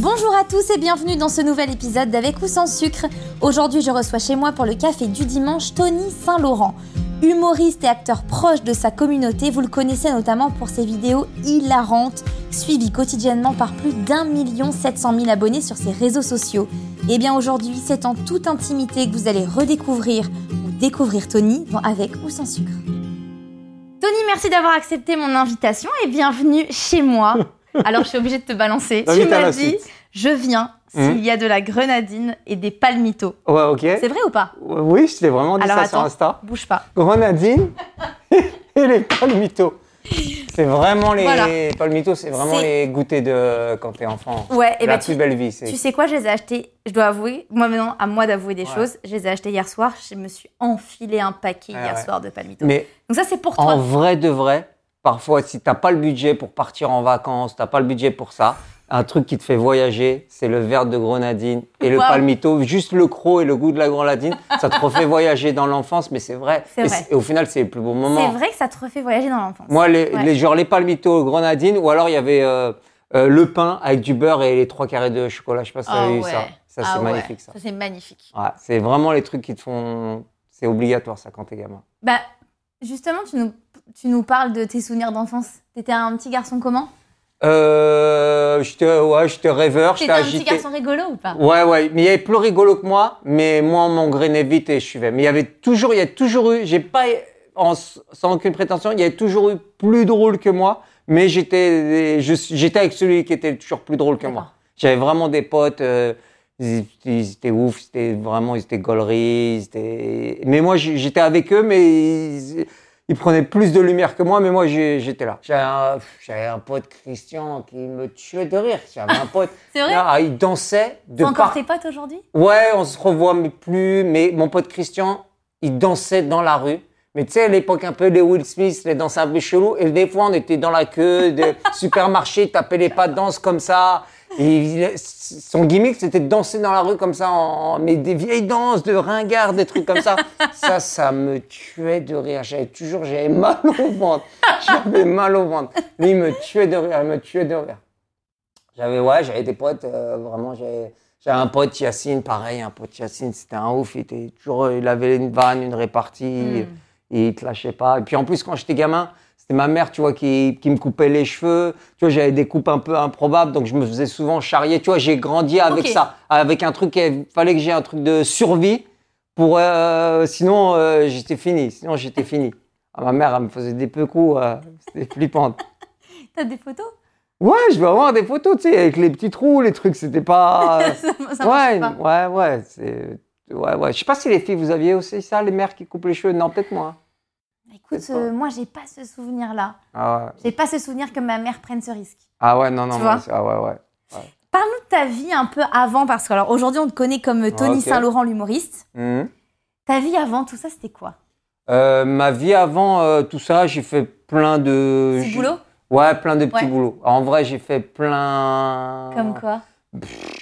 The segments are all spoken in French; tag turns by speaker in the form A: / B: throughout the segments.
A: Bonjour à tous et bienvenue dans ce nouvel épisode d'Avec ou sans sucre. Aujourd'hui, je reçois chez moi pour le café du dimanche Tony Saint-Laurent. Humoriste et acteur proche de sa communauté, vous le connaissez notamment pour ses vidéos hilarantes, suivies quotidiennement par plus d'un million sept cent mille abonnés sur ses réseaux sociaux. Et bien aujourd'hui, c'est en toute intimité que vous allez redécouvrir ou découvrir Tony dans Avec ou sans sucre. Tony, merci d'avoir accepté mon invitation et bienvenue chez moi. Alors, je suis obligée de te balancer.
B: Non,
A: tu
B: mais t'as
A: m'as
B: la
A: dit,
B: suite.
A: je viens
B: Mhm.
A: s'il y a de la grenadine et des palmitos.
B: Ouais, ok. Euh,
A: C'est vrai ou pas
B: Oui, je t'ai vraiment dit
A: Alors,
B: ça
A: attends.
B: sur Insta.
A: Bouge pas.
B: Grenadine et les palmitos. C'est vraiment les
A: Voilà.
B: palmitos, c'est vraiment
A: C'est-
B: les goûters de quand t'es enfant.
A: Ouais, et
B: La
A: ben
B: plus
A: tu,
B: belle vie, c'est.
A: tu sais quoi, je les ai achetés, je dois avouer, moi maintenant, à moi d'avouer des
B: Ouais.
A: choses, je les ai achetés hier soir, je me suis enfilé un paquet
B: Ouais,
A: hier
B: Ah ouais.
A: soir de palmitos.
B: Mais
A: Donc ça, c'est pour toi.
B: en vrai de vrai, parfois, si t'as pas le budget pour partir en vacances, t'as pas le budget pour ça, un truc qui te fait voyager, c'est le verre de grenadine et le
A: Waouh.
B: palmito. Juste le croc et le goût de la grenadine, ça te refait voyager dans l'enfance, mais c'est vrai.
A: C'est
B: Et
A: vrai.
B: Et au final, c'est les plus bons moments.
A: C'est vrai que ça te refait voyager dans l'enfance.
B: Moi, les,
A: Ouais.
B: les- genre les palmitos grenadines, ou alors il y avait euh, euh, le pain avec du beurre et les trois carrés de chocolat. Je sais pas si
A: Ah
B: t'as vu
A: ouais.
B: ça. Ça, c'est
A: Ah ouais,
B: magnifique, ça.
A: c'est magnifique.
B: Ouais, c'est vraiment les trucs qui te font. C'est obligatoire, ça, quand t'es gamin.
A: Bah, justement, tu nous, tu nous parles de tes souvenirs d'enfance. T'étais un petit garçon comment
B: Euh, j'étais, ouais, j'étais rêveur, j'étais
A: T'étais un petit
B: agité.
A: garçon rigolo ou pas
B: Ouais, ouais, mais il y avait plus rigolo que moi, mais moi, on m'engrainait vite et je suivais. Mais il y avait toujours, il y a toujours eu, j'ai pas, en- sans aucune prétention, il y avait toujours eu plus drôle que moi, mais j'étais, je- j'étais avec celui qui était toujours plus drôle que moi.
A: D'accord.
B: J'avais vraiment des potes, euh, ils, ils étaient ouf, c'était vraiment, ils étaient gauleries, ils étaient- mais moi, j'- j'étais avec eux, mais ils, ils prenaient plus de lumière que moi, mais moi, j'ai- j'étais là. J'avais un, j'avais un pote, Christian, qui me tuait de rire. J'avais un pote.
A: C'est vrai
B: Ah, il dansait de
A: T'as encore
B: par...
A: tes potes aujourd'hui
B: Ouais, on se revoit mais plus, mais mon pote Christian, il dansait dans la rue. Mais tu sais, à l'époque, un peu les Will Smith, les danses un peu chelous. Et des fois, on était dans la queue de supermarché, taper les pas de danse comme ça. Et il- son gimmick, c'était de danser dans la rue comme ça, en, mais des vieilles danses de ringards, des trucs comme ça. Ça, ça me tuait de rire. J'avais toujours, j'avais mal au ventre. J'avais mal au ventre. Mais il me tuait de rire, il me tuait de rire. J'avais ouais, j'avais des potes, euh, vraiment, j'avais j'avais un pote Yacine, pareil, un pote Yacine, c'était un ouf, il était toujours, il avait une vanne, une répartie, et il te lâchait pas. Et puis en plus, quand j'étais gamin, c'était ma mère, tu vois, qui, qui me coupait les cheveux, tu vois, j'avais des coupes un peu improbables, donc je me faisais souvent charrier, tu vois, j'ai grandi avec
A: Ok.
B: ça, avec un truc, il fallait que j'ai un truc de survie, pour, euh, sinon euh, j'étais fini, sinon j'étais fini. Ah, ma mère, elle me faisait des peu coups, euh, c'était flippant.
A: T'as des photos
B: Ouais, je vais avoir des photos, tu sais, avec les petits trous, les trucs, c'était pas. euh,
A: Ça marche
B: Ah ouais,
A: pas.
B: ouais, ouais, c'est. Ouais, ouais. Je sais pas si les filles, vous aviez aussi ça, les mères qui coupent les cheveux. Non, peut-être moi.
A: Écoute,
B: C'est pas-
A: euh, moi, j'ai pas ce souvenir-là.
B: Ah ouais.
A: J'ai pas ce souvenir que ma mère prenne ce risque.
B: Ah ouais, non, non,
A: Tu
B: moi,
A: vois
B: c'est- ah ouais, ouais.
A: Parle-nous de ta vie un peu avant, parce que alors aujourd'hui on te connaît comme Tony
B: Ah, ok.
A: Saint-Laurent l'humoriste.
B: Mhm.
A: Ta vie avant tout ça, c'était quoi
B: Euh, ma vie avant euh, tout ça, j'ai fait plein de.
A: Petit
B: Euh, j'ai-
A: boulot
B: Ouais, plein de petits
A: Ouais.
B: boulots. En vrai, j'ai fait plein.
A: Comme quoi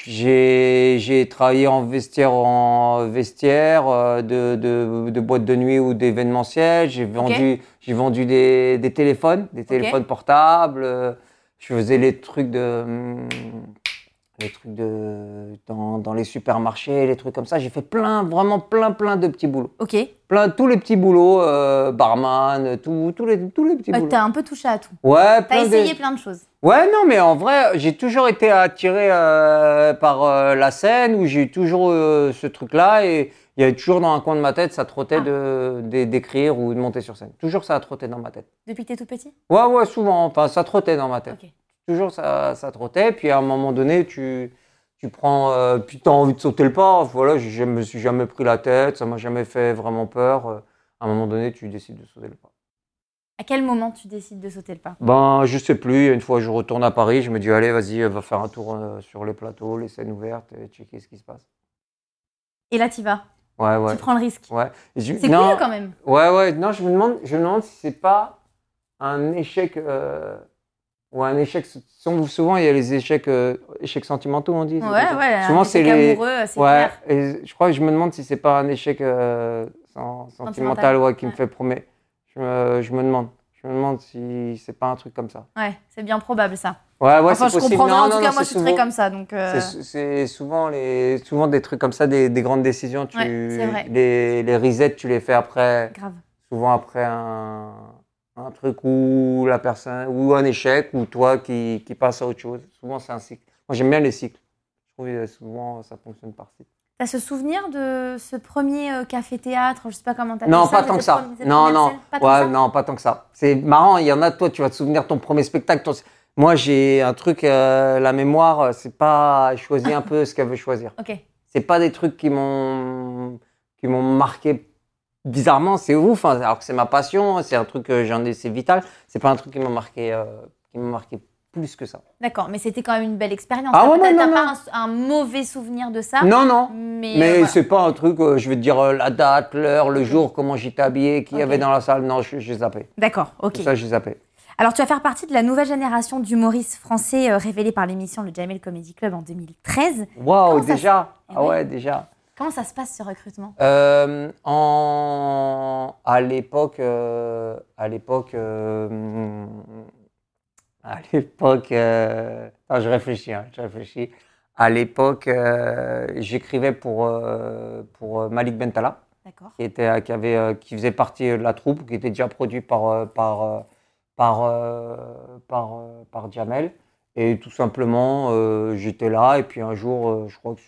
B: J'ai j'ai travaillé en vestiaire, en vestiaire euh, de, de, de boîte de nuit ou d'événementiel. J'ai vendu, j'ai vendu des, des téléphones, des téléphones portables. Euh, Je faisais les trucs de, hum, les trucs de, dans, dans les supermarchés, les trucs comme ça. J'ai fait plein, vraiment plein, plein de petits boulots.
A: Ok. Euh,
B: Plein, tous les petits boulots, euh, barman, tout- tous les, tous les petits boulots.
A: Euh, T'as un peu touché à tout.
B: Ouais,
A: T'as
B: plein de-
A: essayé plein de choses.
B: Ouais, non, mais en vrai, j'ai toujours été attiré euh, par euh, la scène où j'ai eu toujours euh, ce truc-là et il y avait toujours dans un coin de ma tête, ça trottait
A: Ah.
B: de de- d'écrire ou de monter sur scène. Toujours ça trottait dans ma tête.
A: Depuis que t'es tout petit
B: Ouais, ouais, souvent. Enfin, ça trottait dans ma tête.
A: Ok.
B: Toujours ça, ça trottait. Puis à un moment donné, tu, tu prends, euh, puis t'as envie de sauter le pas. Voilà, je, je me suis jamais pris la tête, ça m'a jamais fait vraiment peur. Euh, À un moment donné, tu décides de sauter le pas.
A: À quel moment tu décides de sauter le pas
B: Ben, je sais plus. Une fois, je retourne à Paris, je me dis, allez, vas-y, euh, va faire un tour euh, sur les plateaux, les scènes ouvertes, et checker ce qui se passe.
A: Et là t'y vas.
B: Ouais, ouais.
A: Tu prends le risque.
B: Ouais. Et je-
A: C'est cool
B: non,
A: quand même.
B: Ouais, ouais. Non, je me demande, je me demande si c'est pas un échec euh, ou un échec. sou- Souvent, il y a les échecs, euh, échecs sentimentaux, on dit.
A: Ouais, ouais.
B: Souvent,
A: un
B: c'est
A: échec
B: les.
A: amoureux, c'est
B: Ouais.
A: clair.
B: Et je crois que je me demande si c'est pas un échec euh, sen- sentimental, ouais, qui me
A: Ouais.
B: fait promet. Je me, je me demande. Je Je me demande si c'est pas un truc comme ça.
A: Ouais, c'est bien probable ça.
B: Ouais, ouais,
A: enfin,
B: c'est
A: je
B: possible.
A: comprends bien.
B: Non,
A: En
B: non,
A: tout cas,
B: non,
A: moi, je
B: c'est
A: suis très
B: souvent-
A: comme ça. Donc, euh,
B: c'est sou- C'est souvent, les, souvent des trucs comme ça, des, des grandes décisions. Tu,
A: Ouais, c'est vrai.
B: les, les resets, tu les fais après,
A: grave.
B: souvent après un, un truc ou la personne, ou un échec, ou toi qui, qui passe à autre chose. Souvent, c'est un cycle. Moi, j'aime bien les cycles. Je trouve que souvent, ça fonctionne par cycle.
A: T'as ce souvenir de ce premier euh, café-théâtre Je sais pas comment t'appelles
B: Non,
A: ça,
B: pas
A: mais
B: tant
A: cette
B: que ça.
A: première- cette
B: Non,
A: première
B: non.
A: scène, pas tant
B: Ouais,
A: que ça
B: non, pas tant que ça. C'est marrant, il y en a, toi, tu vas te souvenir ton premier spectacle. ton- Moi, j'ai un truc, euh, la mémoire, euh, c'est pas, je choisis un peu ce qu'elle veut choisir.
A: Ok.
B: C'est pas des trucs qui m'ont, qui m'ont marqué bizarrement, c'est ouf, hein, alors que c'est ma passion, c'est un truc que j'en ai, c'est vital. C'est pas un truc qui m'a marqué, euh, qui m'a marqué plus que ça.
A: D'accord, mais c'était quand même une belle expérience.
B: Ah ouais,
A: Après,
B: non,
A: T'as
B: non,
A: pas un, un mauvais souvenir de ça
B: Non, non.
A: Mais,
B: Mais
A: euh, Ah. voilà.
B: c'est pas un truc, euh, je veux te dire euh, la date, l'heure, le jour, comment j'étais habillé, qui y
A: Ok.
B: avait dans la salle. Non, je- j'ai zappé.
A: D'accord, ok.
B: Ça, j'ai zappé.
A: Alors, tu vas faire partie de la nouvelle génération d'humoristes français euh, révélée par l'émission Le Jamel Comedy Club en 2013.
B: Waouh,
A: Comment ça
B: déjà
A: Eh
B: Ah
A: ouais.
B: ouais, déjà.
A: Comment ça se passe ce recrutement
B: Euh, en... À l'époque, euh, à l'époque, euh, à l'époque, euh, attends, je réfléchis, hein, je réfléchis. À l'époque, euh, j'écrivais pour, euh, pour euh, Malik Bentala,
A: D'accord.
B: qui, était, euh, qui, avait, euh, qui faisait partie de la troupe, qui était déjà produit par, euh, par, euh, par, euh, par, euh, par Jamel. Et tout simplement, euh, j'étais là. Et puis un jour, euh, je crois que,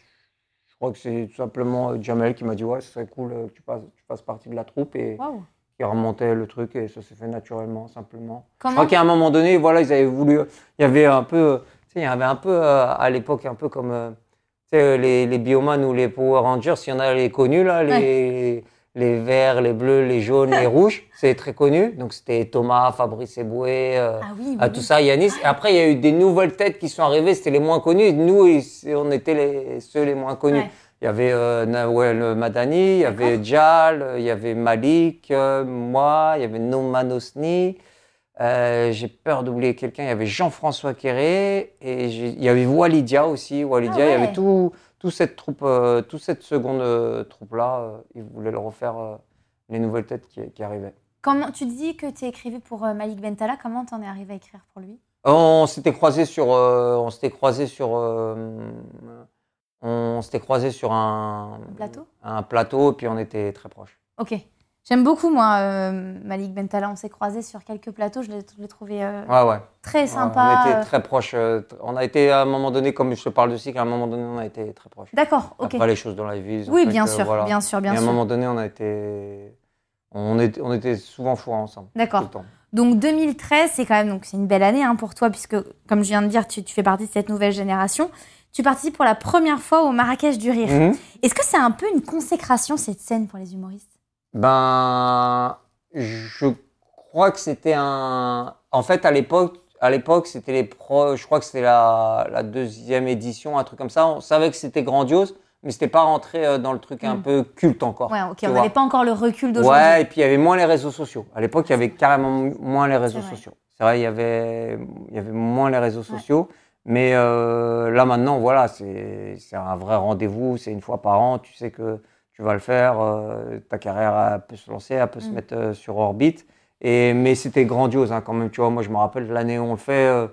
B: je crois que c'est tout simplement euh, Jamel qui m'a dit Ouais, ce serait cool euh, que tu fasses, tu fasses partie de la troupe. Et
A: Waouh.
B: qui remontait le truc. Et ça s'est fait naturellement, simplement. Je
A: Comment
B: crois qu'à un moment donné, voilà, ils avaient voulu. Il y avait un peu. euh, Tu sais, il y avait un peu euh, à l'époque, un peu comme. euh, tu sais, euh, les, les Bioman ou les Power Rangers, il y en a les connus, là, les, les verts, les bleus, les jaunes, les rouges. C'est très connu. Donc c'était Thomas, Fabrice Eboué, euh,
A: Ah oui,
B: à
A: oui,
B: tout
A: oui.
B: ça, Yanis. Et après, il y a eu des nouvelles têtes qui sont arrivées, c'était les moins connus. Et Nous, ils- on était les, ceux les moins connus.
A: Ouais.
B: Il y avait euh, Nawel Madani, il y avait Jal, euh, il y avait Malik, euh, moi, il y avait Noman Osni. Euh, j'ai peur d'oublier quelqu'un. Il y avait Jean-François Quéré et j'ai- il y avait Walidia aussi. Walidia,
A: Ah
B: il y
A: ouais.
B: avait tout, tout cette troupe, euh, toute cette seconde euh, troupe-là. euh, ils voulaient le refaire, euh, les nouvelles têtes qui, qui arrivaient.
A: Comment tu dis que tu écrivais pour euh, Malik Bentala Comment t'en es arrivé à écrire pour lui
B: On s'était croisés sur, euh, on s'était croisés sur, euh, on s'était croisés sur un,
A: Un plateau
B: un plateau, puis on était très proches.
A: Ok. J'aime beaucoup, moi, euh, Malik Bentala. On s'est croisés sur quelques plateaux. Je l'ai je l'ai trouvé euh,
B: Ouais, ouais.
A: très
B: Ouais,
A: sympa.
B: On
A: euh.
B: était très proches. euh, tr- On a été à un moment donné, comme je te parle de cycle, à un moment donné, on a été très proches.
A: D'accord, ok.
B: Après, les choses dans la vie. ils ont
A: Oui,
B: fait
A: bien
B: que,
A: sûr,
B: voilà.
A: bien sûr, bien
B: Et à un
A: sûr.
B: moment donné, on a été, on était, on était souvent fourrés ensemble. Tout
A: D'accord.
B: le temps.
A: Donc 2013, c'est quand même donc c'est une belle année hein, pour toi puisque comme je viens de dire, tu, tu fais partie de cette nouvelle génération. Tu participes pour la première fois au Marrakech du rire.
B: Mhm.
A: Est-ce que c'est un peu une consécration cette scène pour les humoristes
B: Ben, je crois que c'était un. En fait, à l'époque, à l'époque, c'était les pro. Je crois que c'était la, la deuxième édition, un truc comme ça. On savait que c'était grandiose, mais c'était pas rentré euh, dans le truc un
A: Mm.
B: peu culte encore.
A: Ouais, ok,
B: Oh, tu
A: on
B: vois.
A: n'avait pas encore le recul d'aujourd'hui.
B: Ouais, et puis il y avait moins les réseaux sociaux. À l'époque, il y avait carrément moins les réseaux
A: C'est vrai.
B: sociaux. C'est vrai, il y avait, il y avait moins les réseaux sociaux. Mais euh, là, maintenant, voilà, c'est c'est un vrai rendez-vous. C'est une fois par an. Tu sais que tu vas le faire. euh, ta carrière elle peut se lancer, elle peut se
A: Mm.
B: mettre euh, sur orbite. Et, mais c'était grandiose hein, quand même. Tu vois, moi, je me rappelle l'année où on le fait. euh,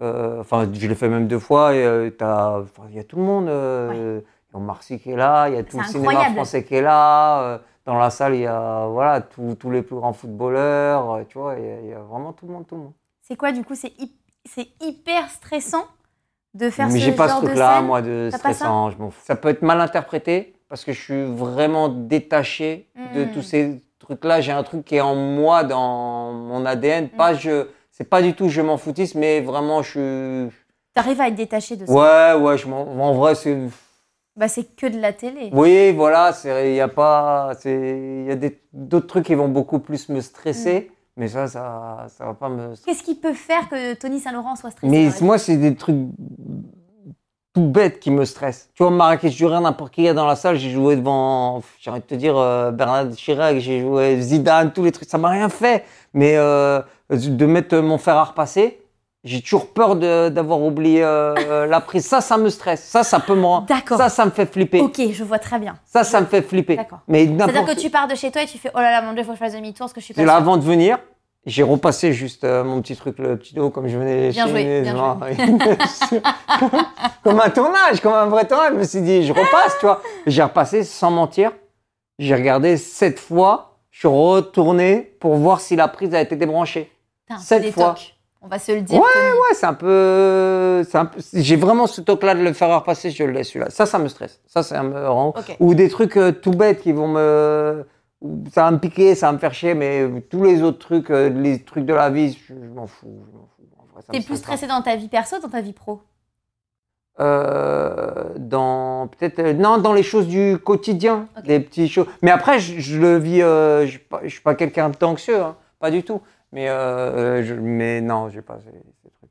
B: euh, Enfin, je l'ai fait même deux fois. et, euh, t'as- enfin, Il y a tout le monde. euh, Il y a Marcy qui est là, il y a tout le
A: C'est
B: cinéma
A: incroyable.
B: français qui est là. euh, dans la salle, il y a voilà, tous- tous les plus grands footballeurs, euh, tu vois, il y, a, il y a vraiment tout le monde, tout le monde.
A: C'est quoi du coup C'est hy- c'est hyper stressant de faire
B: Mais
A: ce
B: j'ai pas ce
A: genre de
B: truc-là,
A: scène.
B: moi, de
A: T'as pas ça
B: stressant, je m'en fous. Ça peut être mal interprété parce que je suis vraiment détaché de
A: Hmm.
B: tous ces trucs-là. J'ai un truc qui est en moi, dans mon ADN.
A: Hmm.
B: Pas je, c'est pas du tout je m'en foutisse, mais vraiment je suis.
A: T'arrives à être détaché de ça.
B: Ouais, ouais, je m'en. En vrai, c'est.
A: Bah c'est que de la télé.
B: Oui, voilà, c'est- il y a pas, c'est- il y a des- d'autres trucs qui vont beaucoup plus me stresser,
A: Hmm.
B: mais ça, ça, ça va pas me.
A: Qu'est-ce qui peut faire que Tony Saint-Laurent soit stressé
B: Mais
A: par exemple
B: moi, c'est des trucs tout bêtes qui me stressent. Tu vois, Marrakech du Rhin, n'importe qui est dans la salle, j'ai joué devant, j'ai envie de te dire, euh, Bernard Chirac, j'ai joué Zidane, tous les trucs, ça m'a rien fait. Mais euh, de mettre mon fer à repasser, j'ai toujours peur de- d'avoir oublié euh, la prise. Ça, ça me stresse. Ça, ça peut me rendre.
A: D'accord.
B: Ça, ça me fait flipper.
A: Ok, je vois très bien.
B: Ça, ça me fait flipper.
A: D'accord.
B: Mais
A: C'est-à-dire
B: n'importe
A: que tu pars de chez toi et tu fais oh là là mon dieu, faut que je fasse demi-tour parce que je suis pas
B: C'est là
A: sûre.
B: avant de venir, J'ai repassé juste euh, mon petit truc, le petit dos, comme je venais
A: Bien joué,
B: filmer,
A: bien
B: genre, comme, comme un tournage, comme un vrai tournage. Je me suis dit, je repasse, tu vois. J'ai repassé sans mentir. J'ai regardé sept fois. Je suis retourné pour voir si la prise a été débranchée.
A: Putain, c'est
B: Sept
A: des
B: fois.
A: tocs. On va se le dire.
B: Ouais,
A: Tony.
B: Ouais, c'est un peu. c'est un peu- J'ai vraiment ce toc-là de le faire repasser, je le laisse celui-là. Ça, ça me stresse. Ça, ça me rend.
A: Ok.
B: Ou des trucs euh, tout bêtes qui vont me. Ça va me piquer, ça va me faire chier, mais tous les autres trucs, euh, les trucs de la vie, je, je m'en fous. Je m'en fous. En vrai, ça me
A: T'es plus
B: stresse pas.
A: stressé dans ta vie perso, dans ta vie pro
B: Euh, dans peut-être euh, non dans les choses du quotidien
A: Ok.
B: des petites choses mais après je, je le vis euh, je, suis pas- je suis pas quelqu'un d'anxieux hein, pas du tout mais euh, euh, je- mais non j'ai pas ces, ces trucs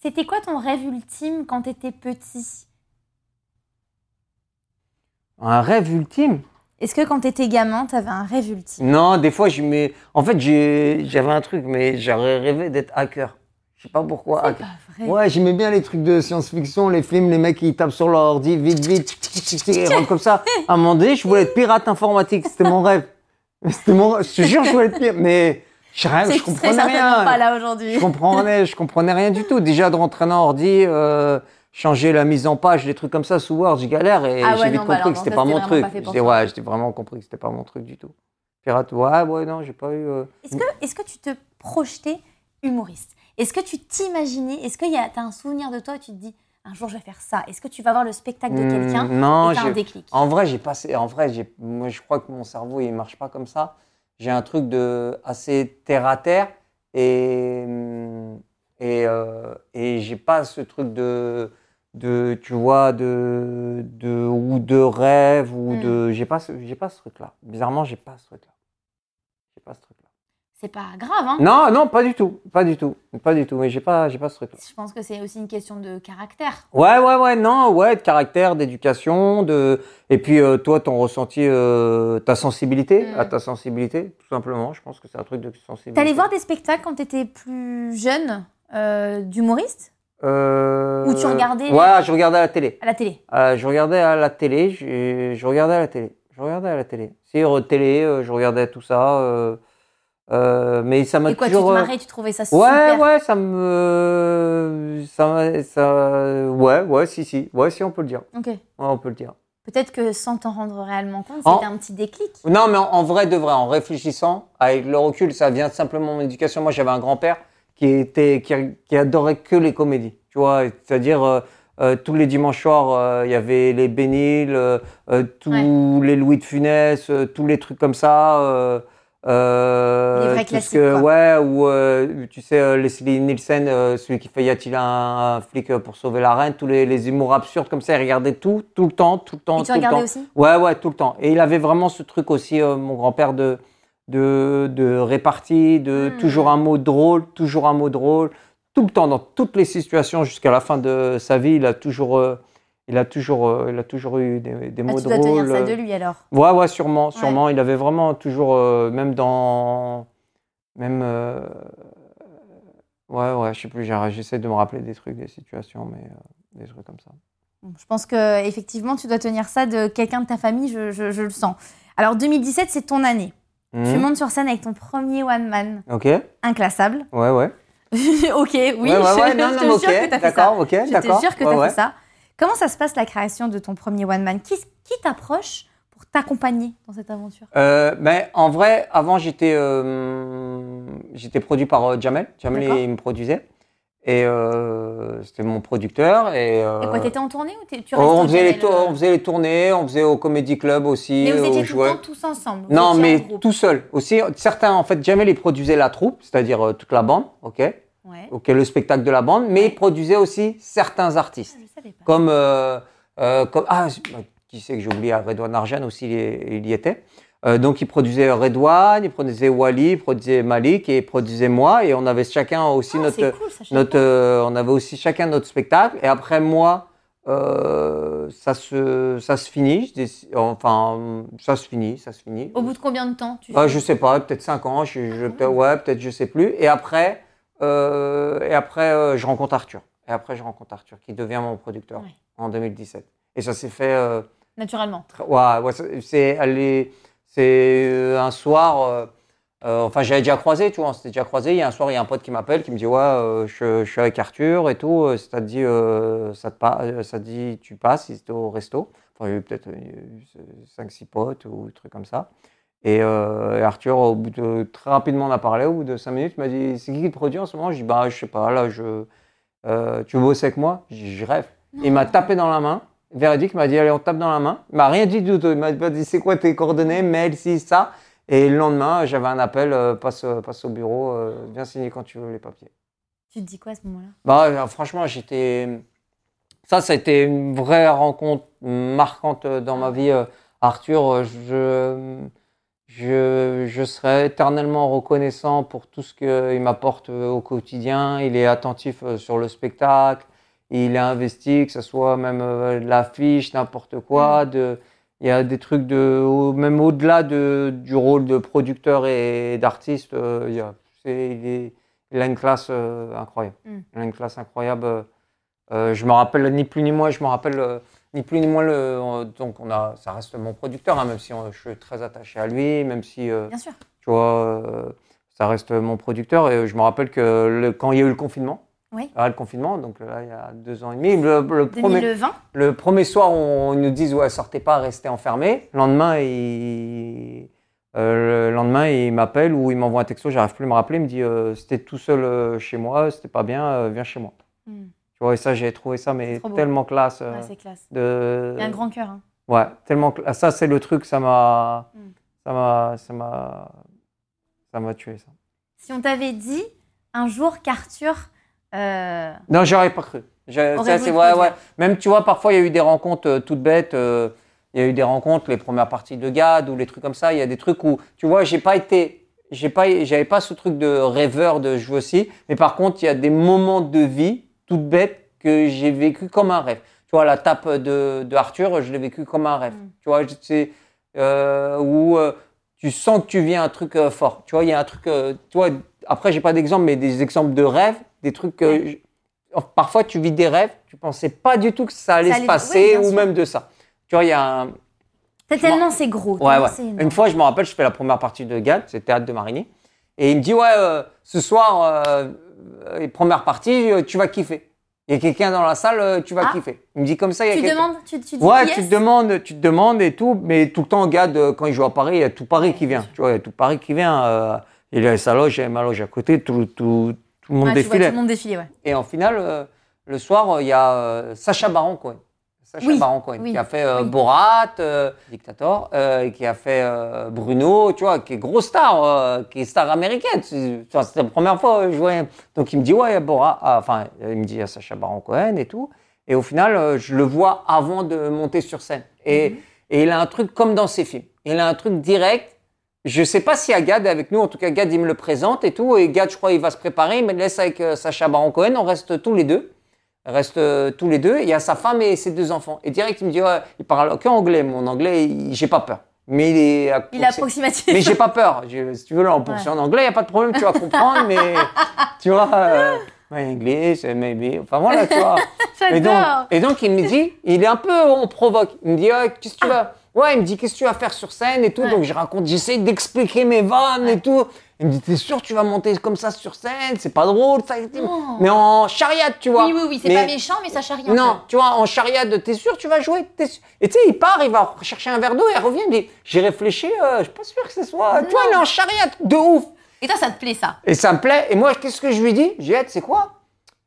A: C'était quoi ton rêve ultime quand t'étais petit
B: un rêve ultime
A: Est-ce que quand t'étais gamin, t'avais un rêve ultime
B: Non, des fois, je mets. En fait, j'ai- j'avais un truc, mais j'aurais rêvé d'être hacker. Je sais pas pourquoi.
A: C'est
B: hacker.
A: pas vrai.
B: Ouais, j'aimais bien les trucs de science-fiction, les films, les mecs qui tapent sur leur ordi, vite, vite, tic, tic, tic, tic, ils rentrent comme ça. À un moment donné, je voulais être pirate informatique, c'était mon rêve. C'était mon rêve. Je te jure, je voulais être pirate, mais je rêve,
A: C'est
B: je
A: que tu serais
B: comprenais
A: certainement
B: rien.
A: pas là aujourd'hui.
B: Je comprenais, je comprenais rien du tout. Déjà, de rentrer dans ordi, euh, changer la mise en page, des trucs comme ça, sous Word, je galère et
A: Ah ouais,
B: j'ai vite
A: non, bah
B: compris
A: alors,
B: que c'était
A: non,
B: pas
A: ça,
B: mon
A: c'était vraiment
B: truc.
A: pas fait pour
B: J'ai-
A: toi.
B: ouais, j'ai vraiment compris que c'était pas mon truc du tout. Pirate, ouais, ouais, non, j'ai pas eu. euh,
A: Est-ce que, est-ce que tu te projetais humoriste Est-ce que tu t'imaginais Est-ce que y a, t'as un souvenir de toi où tu te dis un jour je vais faire ça Est-ce que tu vas voir le spectacle de quelqu'un
B: hmm, Non,
A: et t'as un
B: j'ai-
A: déclic
B: En vrai, j'ai passé. En vrai, j'ai. Moi, je crois que mon cerveau, il marche pas comme ça. J'ai un truc de assez terre à terre et hum, et euh, et j'ai pas ce truc de de tu vois de de ou de rêve ou
A: Mm.
B: de j'ai pas ce- j'ai pas ce truc là. Bizarrement, j'ai pas ce truc là. J'ai pas ce truc là.
A: C'est pas grave, hein
B: Non, non, pas du tout, pas du tout, pas du tout. Mais j'ai pas j'ai pas ce truc là.
A: Je pense que c'est aussi une question de caractère.
B: Ouais, ouais, ouais, non, ouais, de caractère, d'éducation, de. Et puis, euh, toi, ton ressenti, euh, ta sensibilité,
A: Mm.
B: à ta sensibilité, tout simplement. Je pense que c'est un truc de sensibilité.
A: T'allais voir des spectacles quand t'étais plus jeune euh, d'humoristes
B: Euh...
A: Ou tu regardais-
B: Ouais, je regardais à la télé.
A: à la télé
B: Euh, je regardais à la télé, je, je regardais à la télé. Je regardais à la télé. Si, euh, télé, euh, je regardais tout ça. euh, euh, mais ça m'a
A: Et quoi, tu te
B: toujours. euh,
A: marrais, tu trouvais ça
B: Ouais,
A: super
B: ouais, ça me. Ça, m'a- ça. Ouais, ouais, si, si. Ouais, si, on peut le dire.
A: Ok.
B: Ouais, on peut le dire.
A: Peut-être que sans t'en rendre réellement compte,
B: En-
A: c'était un petit déclic.
B: Non, mais en, en vrai de vrai, en réfléchissant, avec le recul, ça vient simplement de mon éducation. Moi, j'avais un grand-père qui était, qui, qui adorait que les comédies. Tu vois, c'est-à-dire euh, euh, tous les dimanches soirs, euh, il y avait les Bénil, euh, euh, tous les Louis de Funès, euh, tous les trucs comme ça. euh, euh,
A: Les vrais
B: tout ce
A: classiques, quoi.
B: ouais, ou euh, tu sais, euh, Leslie Nielsen, euh, celui qui fait Y a-t-il un, un flic euh, pour sauver la reine, tous les, les humours absurdes comme ça, il regardait tout, tout le temps, tout le temps,
A: Et tu
B: tout le temps.
A: regardais aussi
B: Ouais, ouais, tout le temps. Et il avait vraiment ce truc aussi, euh, mon grand-père, de, de, de répartie, de
A: Hmm.
B: toujours un mot drôle, toujours un mot drôle, tout le temps, dans toutes les situations, jusqu'à la fin de sa vie, il a toujours, euh, il a toujours, euh, il a toujours eu des, des
A: Ah,
B: mots
A: Tu dois tenir
B: drôles. euh.
A: ça de lui alors.
B: Ouais, ouais, sûrement, sûrement. Il avait vraiment toujours, euh, même dans. Même. euh, Ouais, ouais, je sais plus, j'ai- j'essaie de me rappeler des trucs, des situations, mais euh, des trucs comme ça.
A: Bon, Je pense que effectivement, tu dois tenir ça de quelqu'un de ta famille, je, je- je le sens. Alors 2017, c'est ton année. Tu
B: Hmm.
A: montes sur scène avec ton premier one man,
B: Ok, ouais,
A: inclassable.
B: ouais.
A: ok, oui,
B: ouais, ouais, ouais,
A: je,
B: non,
A: je te
B: non, mais
A: jure que
B: ok,
A: t'as fait ça.
B: d'accord, ok,
A: Je te
B: d'accord.
A: jure que
B: ouais,
A: t'as
B: ouais.
A: fait ça. Comment ça se passe la création de ton premier one man Qui, qui t'approche pour t'accompagner dans cette aventure
B: Euh, ben, en vrai, avant, j'étais euh, j'étais produit par euh, Jamel. Jamel,
A: D'accord.
B: il me produisait. Et euh, c'était mon producteur. Et, euh,
A: Et quoi, t'étais en tournée ou t'es- tu restais
B: on,
A: au
B: faisait les
A: Canal,
B: tour-
A: euh,
B: on faisait les tournées, on faisait au Comedy Club aussi.
A: Mais vous
B: euh,
A: étiez
B: on
A: tout
B: jouait.
A: le temps tous ensemble. vous
B: Non,
A: étiez en
B: mais
A: groupe.
B: tout seul. Aussi, certains, en fait, Jamel, il produisait la troupe, c'est-à-dire euh, toute la bande, ok,
A: Ouais.
B: ok, le spectacle de la bande, mais il produisait aussi certains artistes
A: Ah, Je savais pas.
B: comme, euh, euh, comme ah, je- bah, qui c'est que j'ai oublié, ah, Redouane Arjan aussi, il, y- il y était. Euh, donc, il produisait Redouane, il produisait Wally, il produisait Malik et il produisait moi. Et on avait chacun aussi
A: Ah,
B: notre,
A: c'est cool, ça, je savais
B: notre, euh, on avait aussi chacun notre spectacle. Et après moi, euh, ça se, ça se finit. Je déc- Enfin, ça se finit, ça se finit.
A: pas. Au bout de combien de temps tu
B: Ah,
A: fais Ah.
B: je sais pas, peut-être 5 ans, je, je- peut-être- ouais, peut-être je sais plus. Et après, euh, et après euh, je rencontre Arthur. Et après, je rencontre Arthur, qui devient mon producteur
A: Ouais.
B: en 2017. Et ça s'est fait. euh,
A: Naturellement.
B: très- ouais, ouais, ça- c'est allé- c'est, euh, un soir, euh, Euh, enfin, j'avais déjà croisé, tu vois, on s'était déjà croisé. Il y a un soir, il y a un pote qui m'appelle, qui me dit Ouais, euh, je, je suis avec Arthur et tout. euh, Ça te dit, euh, ça, te pa- euh, ça te dit tu passes, il était au resto. Enfin, il y a eu peut-être 5-6 potes ou un truc comme ça. Et, euh, et Arthur, au bout de, très rapidement, on a parlé. Au bout de 5 minutes, il m'a dit C'est qui qui te produit en ce moment Je dis Bah, je sais pas, là, je, euh, tu veux bosser avec moi Je dis Je rêve. Il m'a tapé dans la main. Véridique, il m'a dit Allez, on te tape dans la main. Il m'a rien dit du tout. Il m'a pas dit C'est quoi tes coordonnées Mail, si, ça. Et le lendemain, j'avais un appel, euh, passe, euh, passe au bureau, euh, viens signer quand tu veux les papiers.
A: Tu te dis quoi à ce moment-là
B: Bah, euh, franchement, j'étais. Ça, ça a été une vraie rencontre marquante euh, dans ma vie. euh, Arthur, euh, je, je, je serai éternellement reconnaissant pour tout ce qu'il m'apporte euh, au quotidien. Il est attentif euh, sur le spectacle, il est investi, que ce soit même euh, de l'affiche, n'importe quoi. De, il y a des trucs, de, au- même au-delà de, du rôle de producteur et d'artiste, euh, il, y a- c'est- il, est- il a une classe euh, incroyable.
A: Mm.
B: Il a une classe incroyable. euh, euh, je me rappelle ni plus ni moins, je me rappelle euh, ni plus ni moins le. euh, donc on a, ça reste mon producteur, hein, même si euh, je suis très attaché à lui, même si euh,
A: Bien sûr.
B: tu vois, euh, ça reste mon producteur. Et euh, je me rappelle que le- quand il y a eu le confinement,
A: Oui.
B: ah, le confinement, donc là il y a deux ans et demi, le, le premier,
A: 2020
B: le premier soir on, ils nous disent ouais sortez pas, restez enfermés. Le lendemain il euh, le lendemain, il m'appelle ou il m'envoie un texto, j'arrive plus à me rappeler, il me dit euh, c'était tout seul euh, chez moi, c'était pas bien, euh, viens chez moi.
A: Hmm.
B: Tu vois, et ça, j'ai trouvé ça, mais
A: trop beau.
B: tellement classe. euh,
A: Ouais, c'est classe.
B: de...
A: Il y a un grand cœur. hein.
B: Ouais, tellement cla- Ça, c'est le truc, ça m'a.
A: Mm.
B: Ça m'a. Ça m'a. Ça m'a tué, ça.
A: Si on t'avait dit un jour qu'Arthur. euh,
B: Non, j'aurais pas cru. Je-
A: Aurais
B: ça,
A: voulu
B: c'est
A: te
B: ouais,
A: le
B: ouais.
A: dire.
B: Même, tu vois, parfois, il y a eu des rencontres euh, toutes bêtes. euh, Il y a eu des rencontres, les premières parties de GAD ou les trucs comme ça. Il y a des trucs où, tu vois, j'ai pas été. J'ai pas, j'avais pas ce truc de rêveur de je veux aussi. Mais par contre, il y a des moments de vie toutes bêtes que j'ai vécu comme un rêve. Tu vois, la tape de, de Arthur, je l'ai vécu comme un rêve.
A: Mm.
B: Tu vois, je- c'est euh, où euh, tu sens que tu vis un truc euh, fort. Tu vois, il y a un truc. euh, tu vois, après, j'ai pas d'exemple, mais des exemples de rêves, des trucs. que
A: Ouais.
B: je- Enfin, parfois, tu vis des rêves, tu pensais pas du tout que ça allait
A: Ça allait-
B: se
A: oui,
B: passer
A: bien
B: ou
A: sûr. Mm.
B: même de ça. Tu vois, il y a un,
A: t'as
B: Je m'en-
A: tellement c'est gros.
B: Ouais,
A: tellement
B: ouais.
A: c'est énorme.
B: Une fois, je me rappelle, je fais la première partie de Gad, c'est Théâtre de Marigny. Et il me dit, ouais, euh, ce soir, euh, euh, première partie, euh, tu vas kiffer. Il y a quelqu'un dans la salle, euh, tu vas
A: Ah.
B: kiffer. Il me dit comme ça, il y a
A: Tu
B: quelqu'un.
A: demandes, tu, tu dis
B: Ouais,
A: qui
B: tu
A: est-ce
B: te demandes, tu te demandes et tout, mais tout le temps, Gad, euh, quand il joue à Paris, il y a tout Paris qui vient. Tu vois, il y a tout Paris qui vient. euh, il a sa loge, il a ma loge à côté, tout, tout, tout le monde
A: Ouais, tu vois
B: défilait.
A: tout le monde défiler, ouais.
B: Et en finale, euh, le soir, euh, il y a euh, Sacha Baron Cohen. Sacha
A: Oui,
B: Baron Cohen,
A: oui,
B: qui a fait euh,
A: oui.
B: Borat, euh, Dictator, euh, et qui a fait euh, Bruno, tu vois, qui est grosse star, euh, qui est star américaine. C'est- tu vois, C'était la première fois que je voyais. Donc il me dit, ouais, il y a Borat, ah, enfin, il me dit, il y a Sacha Baron Cohen et tout. Et au final, euh, je le vois avant de monter sur scène. Et, et il a un truc comme dans ses films. Il a un truc direct. Je sais pas si Agad est avec nous. En tout cas, Gad, il me le présente et tout. Et Gad, je crois, il va se préparer. Il me laisse avec euh, Sacha Baron Cohen. On reste tous les deux. On reste euh, tous les deux. Il y a sa femme et ses deux enfants. Et direct, il me dit, ouais, il parle que anglais. Mon anglais, il- j'ai pas peur. Mais il est
A: Il est approximatif.
B: mais j'ai pas peur. Je- si tu veux, là, en poursuit en anglais, il n'y a pas de problème, tu vas comprendre, mais tu vois, euh, my English, maybe. Enfin voilà, tu vois. et, donc,
A: J'adore.
B: et donc, il me dit, il est un peu, on provoque. Il me dit, Ah, qu'est-ce que tu vas. Ouais, il me dit, qu'est-ce que tu vas faire sur scène et tout.
A: Ouais.
B: Donc, je raconte, j'essaie d'expliquer mes vannes et tout. Il me dit, t'es sûr, que tu vas monter comme ça sur scène, c'est pas drôle, ça. Mais en chariot, tu vois.
C: Oui, oui, oui, c'est
B: Mais-
C: pas méchant, mais ça charrie un peu.
B: non, tu vois, en chariade, t'es sûr, tu vas jouer t'es sûr. Et tu sais, il part, il va chercher un verre d'eau et il revient, il me dit J'ai réfléchi, euh, je suis pas sûr que ce soit. Tu vois, il est en chariade, de ouf.
C: Et toi, ça te plaît ça
B: Et ça me plaît. Et moi, qu'est-ce que je lui dis J'ai dit, c'est quoi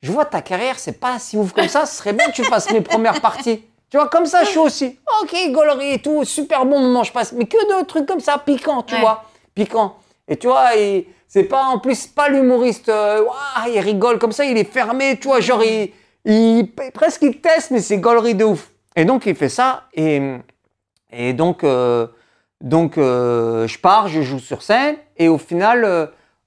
B: Je vois ta carrière, c'est pas si ouf comme ça, ce serait bien que tu fasses mes premières parties. Tu vois, comme ça, je suis aussi. Ok, gaulerie et tout, super bon moment, je passe. Mais que de trucs comme ça, piquant, tu
A: Ouais.
B: vois. Piquant. Et tu vois, il- c'est pas, en plus, pas l'humoriste. euh, Ouah, il rigole comme ça, il est fermé, tu vois, genre, il, il- presque il teste, mais c'est gaulerie de ouf. Et donc, il fait ça. Et, et donc, euh, donc euh, je pars, je joue sur scène. Et au final, euh,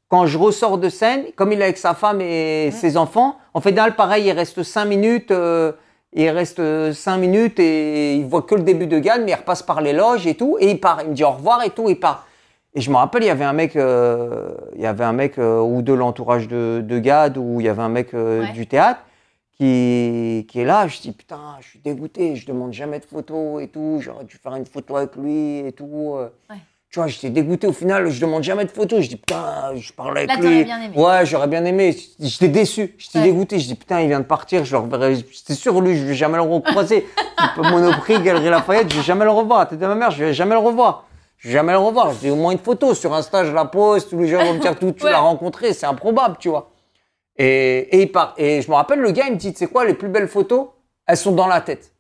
B: quand je ressors de scène, comme il est avec sa femme et ses enfants, en fait, final, pareil, il reste 5 minutes. euh, il reste 5 minutes et il voit que le début de Gann, mais il repasse par les loges et tout. Et il part. Il me dit au revoir et tout, il part. Et je me rappelle, il y avait un mec, euh, il y avait un mec euh, ou de l'entourage de, de Gad, ou il y avait un mec euh,
A: Ouais.
B: du théâtre qui, qui est là. Je dis putain, je suis dégoûté, je demande jamais de photo et tout. J'aurais dû faire une photo avec lui et tout. euh.
A: Ouais.
B: Tu Tu vois, j'étais dégoûté au final, je demande jamais de photos. Je dis putain, je parlais avec
A: Là,
B: lui.
A: t'aurais bien aimé.
B: Ouais, j'aurais bien aimé. J'étais déçu, j'étais
A: Ouais.
B: dégoûté. Je dis putain, il vient de partir, je le reverrai. J'étais sûr, lui, je vais jamais le recroiser. Monoprix, Galerie Lafayette, je vais jamais le revoir. T'es de ma mère, je vais jamais le revoir. Je vais jamais le revoir. Je dis au moins une photo sur Insta, je la pose. Tous les gens vont me dire tout, tu
A: Ouais.
B: l'as rencontré, c'est improbable, tu vois. Et, et il part. Et je me rappelle, le gars, il me dit, tu sais quoi, les plus belles photos, elles sont dans la tête.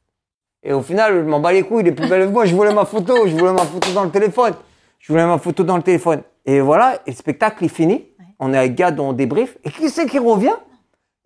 B: Et au final, je m'en bats les couilles, il est plus belle que moi. Je voulais ma photo, je voulais ma photo dans le téléphone. Je voulais ma photo dans le téléphone. Et voilà, et le spectacle est fini. On est avec Gad, on débrief. Et qui c'est qui revient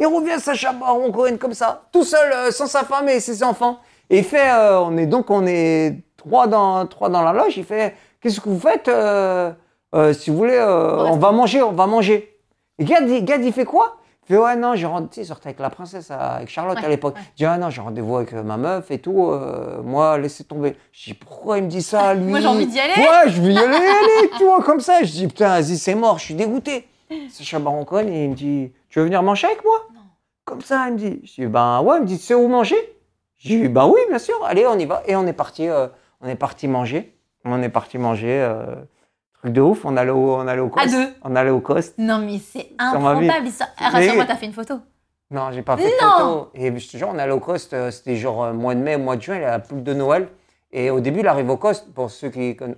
B: Il revient, Sacha Baron Cohen, comme ça, tout seul, euh, sans sa femme et ses enfants. Et il fait, euh, on est donc, on est trois dans, trois dans la loge. Il fait, qu'est-ce que vous faites euh, euh, Si vous voulez, euh, on va manger, on va manger. Et Gad, il- Gad, il fait quoi Il fait, ouais, non, j'ai rendez-vous, il sortait avec la princesse, à- avec Charlotte à l'époque. Il dit, ah non, j'ai rendez-vous avec euh, ma meuf et tout, euh, moi, laissez tomber. Je dis, pourquoi il me dit ça, lui
A: Ah, Moi, j'ai envie d'y aller.
B: Ouais, je vais y aller, aller, tu vois, comme ça. Je dis, putain, vas-y, c'est mort, je suis dégoûté. Sacha Baron Cohen, il me dit, tu veux venir manger avec moi Non. Comme ça, il me dit. Je dis, ben ouais, il me dit, tu sais où manger Je dis, ben oui, bien sûr, allez, on y va. Et on est parti, euh, on est parti manger. On est parti manger, euh, truc de ouf, on allait au, on allait au
A: À
B: Coste.
A: deux.
B: On allait au Coste.
A: Non, mais c'est
B: Sur ma vie.
A: improbable. ça- Ah, Rassure-moi,
B: Mais-
A: t'as fait une photo.
B: Non, j'ai pas fait de
A: Non.
B: photo. Et je te jure, on allait au Coste, euh, c'était genre euh, mois de mai, mois de juin, la poule de Noël. Et au début, l'arrivée au Coste, pour ceux qui conna-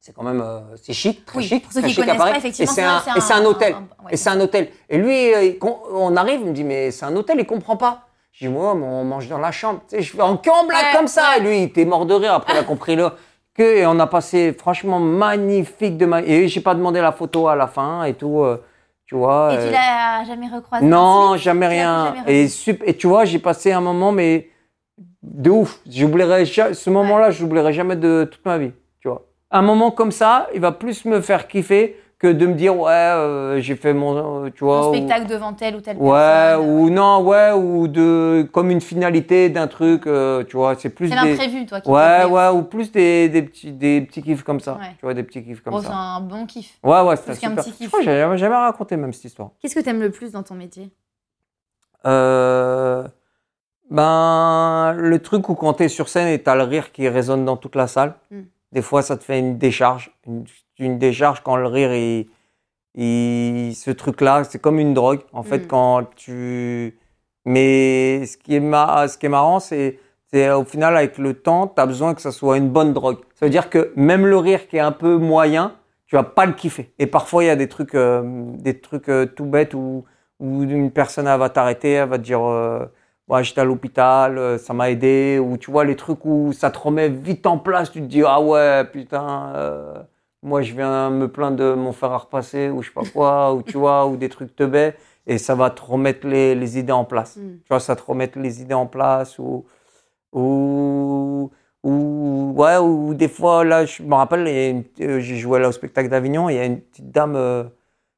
B: c'est quand même euh, c'est chic, très
A: Oui,
B: chic,
A: pour ceux
B: très
A: qui
B: chic à
A: connaissent
B: Paris.
A: pas, effectivement,
B: Et c'est
A: c'est
B: un,
A: vrai, c'est
B: et c'est un
A: un-
B: hôtel.
A: un- ouais.
B: Et c'est un hôtel. Et lui, euh, il com- on arrive, il me dit mais c'est un hôtel, il comprend pas. Je dis ouais, mais on mange dans la chambre. Tu sais, je fais en cambre là
A: Ouais,
B: comme ça. Et lui, il était mort de rire. Après, il a compris là que et on a passé franchement magnifique de ma... et j'ai pas demandé la photo à la fin et tout. euh, tu vois.
A: Et tu
B: euh,
A: l'as jamais recroisé
B: non,
A: ensuite
B: jamais
A: Tu l'as plus
B: rien.
A: jamais revu.
B: Et, sup- et tu vois, j'ai passé un moment, mais de ouf. J'oublierai ja- ce moment-là, je j'oublierai jamais de toute ma vie. Tu vois, un moment comme ça, il va plus me faire kiffer que de me dire ouais, euh, j'ai fait mon, euh, tu vois,
A: Un
B: ou-
A: spectacle devant telle ou telle
B: ouais,
A: personne.
B: ou non, ouais, ou de comme une finalité d'un truc, euh, tu vois, c'est plus
A: C'est
B: des,
A: l'imprévu, toi, qui te
B: ouais,
A: plaît.
B: ouais, ou plus des, des petits, des petits kiffs comme ça.
A: Ouais.
B: Tu vois, des petits kiffs comme
A: Oh, c'est
B: ça.
A: un bon kiff.
B: Ouais, ouais, c'est
A: plus qu'un
B: super.
A: petit kiff.
B: Je crois que j'ai jamais, jamais raconté même cette histoire.
A: Qu'est-ce que t'aimes le plus dans ton métier
B: Euh, ben, le truc où quand t'es sur scène et t'as le rire qui résonne dans toute la salle,
A: Mm.
B: des fois ça te fait une décharge. Une, une décharge quand le rire, il, il- ce truc-là, c'est comme une drogue. En fait,
A: Mm.
B: quand tu. Mais ce qui est, ma- ce qui est marrant, c'est. c'est Au final, avec le temps, tu as besoin que ça soit une bonne drogue. Ça veut dire que même le rire qui est un peu moyen, tu vas pas le kiffer. Et parfois, il y a des trucs, euh, des trucs euh, tout bêtes où ou une personne elle va t'arrêter, elle va te dire euh, ouais, j'étais à l'hôpital, euh, ça m'a aidé, ou tu vois les trucs où ça te remet vite en place, tu te dis ah ouais putain, euh, moi je viens me plaindre de mon fer à repasser ou je sais pas quoi, ou tu vois ou des trucs te baies et ça va te remettre les, les idées en place.
A: Hmm.
B: Tu vois ça te remet les idées en place ou ou ou ouais ou des fois là je me rappelle il y a une- euh, j'ai joué là au spectacle d'Avignon, il y a une petite dame euh,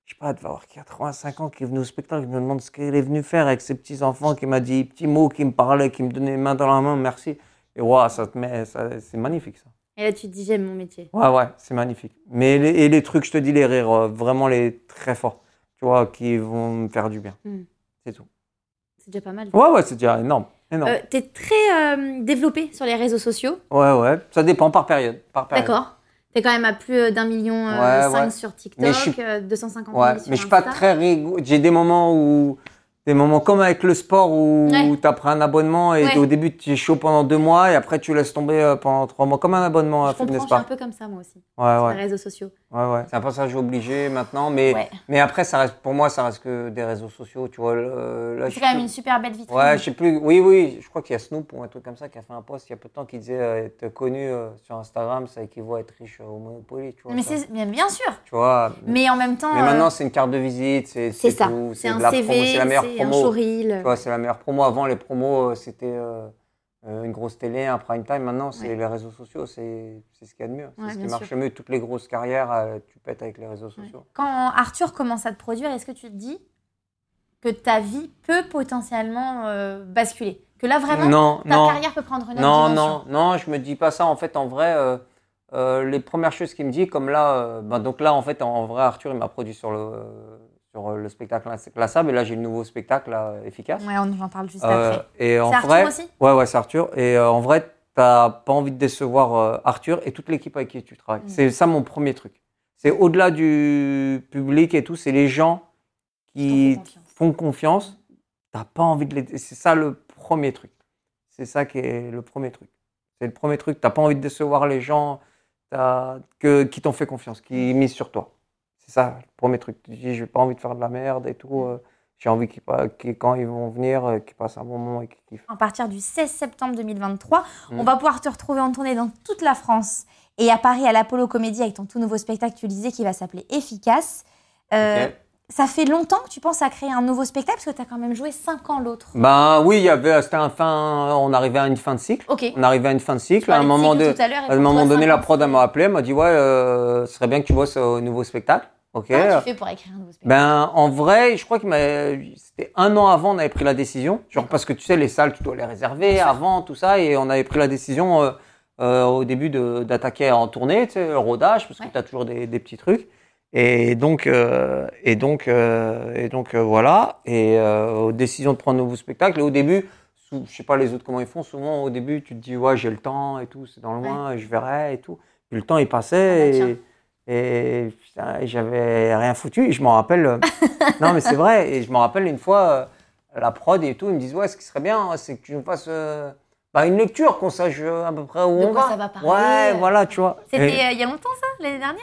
B: je sais pas, elle devait avoir 85 ans, qui est venue au spectacle, qui me demande ce qu'elle est venue faire avec ses petits-enfants, qui m'a dit petits mots, qui me parlait, qui me donnait les mains dans la main, merci. Et waouh, ça te met, ça- c'est magnifique ça.
A: Et là, tu te dis, j'aime mon métier.
B: Ouais, ouais, c'est magnifique. Mais les, et les trucs, je te dis, les rires, euh, vraiment les très forts, tu vois, qui vont me faire du bien.
A: Mm.
B: C'est tout.
A: C'est déjà pas mal.
B: Ouais, ouais, c'est déjà énorme. énorme.
A: Euh, T'es très euh, développé sur les réseaux sociaux,
B: Ouais, ouais, ça dépend par période. Par période.
A: d'accord T'es quand même à plus euh, d'un million euh,
B: Ouais,
A: cinq
B: ouais.
A: sur
B: Mais
A: TikTok,
B: je suis-
A: euh, 250 000
B: Ouais,
A: sur
B: mais je suis pas
A: Insta.
B: très rigoureux. J'ai des moments où. Des moments comme avec le sport où
A: Ouais.
B: tu as pris un abonnement et
A: Ouais.
B: au début tu es chaud pendant deux mois et après tu laisses tomber euh, pendant trois mois, comme un abonnement à
A: Je comprends,
B: Fitness
A: je suis un
B: Park.
A: peu comme ça moi aussi,
B: Ouais,
A: sur
B: ouais,
A: les réseaux sociaux.
B: ouais, ouais. C'est un passage obligé maintenant, mais,
A: Ouais.
B: mais après, ça reste, pour moi, ça reste que des réseaux sociaux, tu vois. le- là, euh, je
A: C'est quand
B: suis-
A: même une super belle vitrine.
B: Ouais, je sais plus. Oui, oui, je crois qu'il y a Snoop ou un truc comme ça qui a fait un post il y a peu de temps qui disait euh, être connu euh, sur Instagram, ça équivaut à être riche euh, au Monopoly, tu vois.
A: mais
B: ça.
A: c'est mais bien sûr,
B: Tu vois.
A: mais en même temps,
B: Mais
A: euh,
B: maintenant, c'est une carte de visite, c'est
A: c'est ça,
B: tout,
A: c'est un
B: de la promo,
A: CV,
B: c'est la meilleure
A: c'est un
B: promo.
A: showreel.
B: Tu vois, c'est la meilleure promo. Avant, les promos, euh, c'était euh, euh, une grosse télé, un prime time. Maintenant, c'est
A: Ouais.
B: les réseaux sociaux, c'est c'est ce qu'il y a de mieux.
A: Ouais,
B: c'est ce
A: bien
B: qui marche
A: sûr.
B: le mieux. Toutes les grosses carrières, euh, tu pètes avec les réseaux
A: Ouais.
B: sociaux.
A: Quand Arthur commence à te produire, est-ce que tu te dis que ta vie peut potentiellement euh, basculer Que là, vraiment,
B: non,
A: ta
B: non,
A: carrière peut prendre une autre
B: non,
A: dimension
B: non, non, je me dis pas ça. En fait, en vrai, euh, euh, les premières choses qu'il me dit, comme là, euh, ben, donc là, en fait, en, en vrai, Arthur, il m'a produit sur le, sur le spectacle Classable. Et là, j'ai le nouveau spectacle là, efficace.
A: Ouais, on en parle juste
B: Euh,
A: après.
B: et
A: C'est
B: en
A: Arthur
B: vrai,
A: aussi
B: Ouais, ouais, c'est Arthur. Et euh, en vrai, t'as pas envie de décevoir euh, Arthur et toute l'équipe avec qui tu travailles.
A: Mm.
B: C'est ça mon premier truc. C'est au-delà du public et tout, c'est les gens qui
A: T'en fais confiance.
B: font confiance. T'as pas envie de les. C'est ça le premier truc. C'est ça qui est le premier truc. C'est le premier truc. T'as pas envie de décevoir les gens t'as- que, qui t'ont fait confiance, qui misent sur toi. C'est ça le premier truc. Tu dis, j'ai pas envie de faire de la merde et tout.
A: Mm.
B: euh, j'ai envie qu'ils, pa- qu'ils- quand ils vont venir, euh, qu'ils passent un bon moment et qu'ils kiffent.
A: À partir du 16 septembre 2023,
B: Mm.
A: on va pouvoir te retrouver en tournée dans toute la France et à Paris à l'Apollo Comédie avec ton tout nouveau spectacle, tu le disais, qui va s'appeler Efficace. Euh,
B: Ok.
A: Ça fait longtemps que tu penses à créer un nouveau spectacle parce que tu as quand même joué 5 ans l'autre.
B: Ben oui, il y avait, c'était un fin, on arrivait à une fin de cycle.
A: Ok.
B: On arrivait à une fin de cycle. Mm. À un
A: parlais de
B: moment,
A: cycle
B: de-
A: tout à l'heure et
B: à un
A: pour
B: moment
A: toi,
B: donné,
A: cinq
B: la
A: ans,
B: prod elle m'a appelé, elle m'a dit ouais, euh, ce serait bien que tu bosses au nouveau spectacle. Ok.
A: Comment Ah, tu fais pour écrire un nouveau spectacle
B: Ben en vrai, je crois que c'était un an avant, on avait pris la décision. Genre parce que tu sais, les salles, tu dois les réserver avant tout ça, et on avait pris la décision euh, euh, au début de- d'attaquer en tournée, tu sais, le rodage, parce que
A: Ouais.
B: tu as toujours des, des petits trucs. Et donc, euh, et donc, euh, et donc euh, voilà. Et euh, décision de prendre un nouveau spectacle. Et au début, sou- je sais pas les autres comment ils font. Souvent, au début, tu te dis ouais, j'ai le temps et tout, c'est dans le loin, je verrai et tout. Puis le temps il passait.
A: Ah bah,
B: et- et putain, j'avais rien foutu. Et je m'en rappelle. euh, non, mais c'est vrai. Et je m'en rappelle une fois, euh, la prod et tout, ils me disent Ouais, ce qui serait bien, hein, c'est que tu nous fasses euh, bah, une lecture, qu'on sache euh, à peu près où
A: De
B: on
A: quoi
B: va.
A: ça va parler,
B: Ouais,
A: euh.
B: voilà, tu vois.
A: C'était
B: Et-
A: euh, il y a longtemps ça, l'année dernière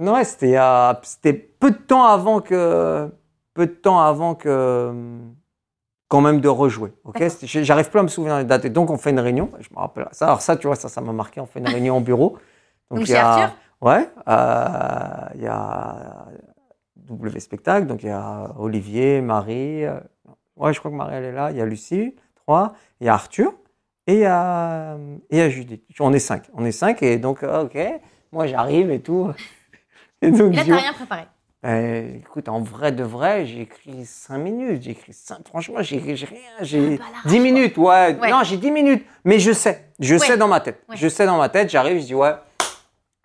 B: non, ouais, c'était euh, c'était peu de temps avant que peu de temps avant que quand même de rejouer. Ok,
A: D'accord.
B: C'était- j'arrive plus à me souvenir des dates. Et donc on fait une réunion. Je me rappelle ça. Alors ça, tu vois, ça, ça m'a marqué. On fait une réunion au bureau.
A: Donc,
B: il y
A: chez
B: a-
A: Arthur
B: ouais, euh, il y a W spectacle. Donc il y a Olivier, Marie. euh, ouais, je crois que Marie elle est là. Il y a Lucie, trois. Il y a Arthur et il y a euh, et il y a Judith. On est cinq. On est cinq et donc euh, ok. Moi j'arrive et tout. Et donc,
A: Et là,
B: je-
A: t'as rien préparé.
B: euh, écoute, en vrai de vrai, j'ai écrit 5 minutes. J'ai écrit 5... Franchement, j'ai j'ai rien. J'ai
A: bah, l'arrache,
B: 10 minutes, ouais.
A: Ouais.
B: Non, j'ai 10 minutes. Mais je sais. Je
A: Ouais.
B: sais dans ma tête.
A: Ouais.
B: Je sais dans ma tête. J'arrive, je dis, ouais.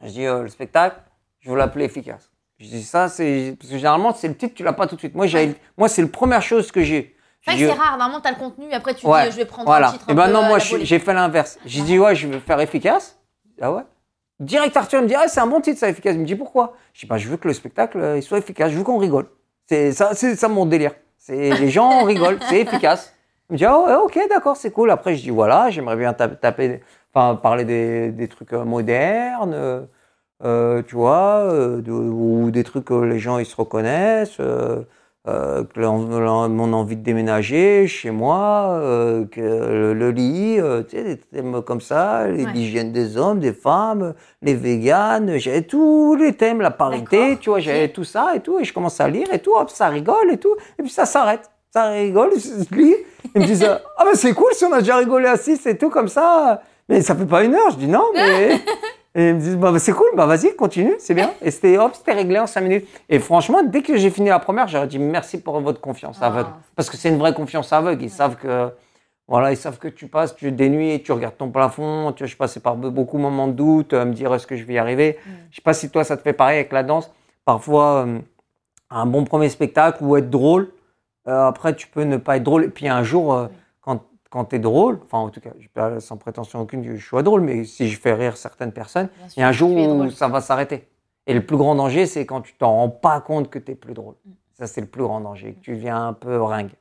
B: Je dis, euh, le spectacle, je veux l'appeler efficace. Je dis, ça, c'est. Parce que généralement, c'est le titre, tu l'as pas tout de suite. Moi, j'avais- moi c'est la première chose que j'ai.
A: C'est vrai
B: Je-
A: que c'est rare, normalement t'as le contenu, et après tu
B: Ouais,
A: dis euh, je vais prendre un
B: voilà.
A: titre.
B: Et
A: un
B: ben
A: peu euh,
B: non,
A: à
B: moi
A: la
B: j'ai
A: volée.
B: j'ai fait l'inverse. J'ai dit ouais, je veux faire efficace. Ah ouais. Direct Arthur il me dit ah c'est un bon titre ça efficace. Il me dit pourquoi Je dis bah je veux que le spectacle euh, il soit efficace. Je veux qu'on rigole. C'est ça, c'est ça mon délire. C'est les gens rigolent, c'est efficace. Il me dit ah ouais, ok d'accord c'est cool. Après je dis voilà j'aimerais bien ta- taper, enfin parler des, des trucs euh, modernes. euh, euh, tu vois, euh, de- ou des trucs que les gens ils se reconnaissent, euh, euh, que l'en- l'en- mon envie de déménager chez moi, euh, que le, le lit, euh, tu sais, des thèmes comme ça, les-
A: Ouais.
B: l'hygiène des hommes, des femmes, les véganes, j'avais tous les thèmes, la parité,
A: D'accord.
B: tu vois, j'avais tout ça et tout, et je commence à lire et tout, hop, ça rigole et tout, et puis ça s'arrête, ça rigole, je lis, ils me disent, ah ben c'est cool si on a déjà rigolé à 6 et tout comme ça, mais ça fait pas une heure, je dis non, mais... Et ils me disent, bah, bah, c'est cool, bah, vas-y, continue, c'est bien. Et c'était, hop, c'était réglé en 5 minutes. Et franchement, dès que j'ai fini la première, j'aurais dit merci pour votre confiance
A: Ah,
B: aveugle.
A: c'est-
B: Parce que c'est une vraie confiance aveugle. Ils savent que, voilà, ils savent que tu passes, tu des nuits, tu regardes ton plafond. Tu vois, je passais par be- beaucoup de moments de doute, euh, me dire est-ce que je vais y arriver. Je sais pas si toi, ça te fait pareil avec la danse. Parfois, euh, un bon premier spectacle ou être drôle. euh, après, tu peux ne pas être drôle. Et puis un jour, euh, quand, quand tu es drôle, enfin, en tout cas, j'ai pas- sans prétention aucune, je sois drôle, mais si je fais rire certaines personnes,
A: Bien sûr,
B: il y a un jour
A: tu es drôle.
B: où ça va s'arrêter. Et le plus grand danger, c'est quand tu t'en rends pas compte que tu es plus
A: Mm.
B: drôle. Ça, c'est le plus grand danger, que tu viens un peu ringue.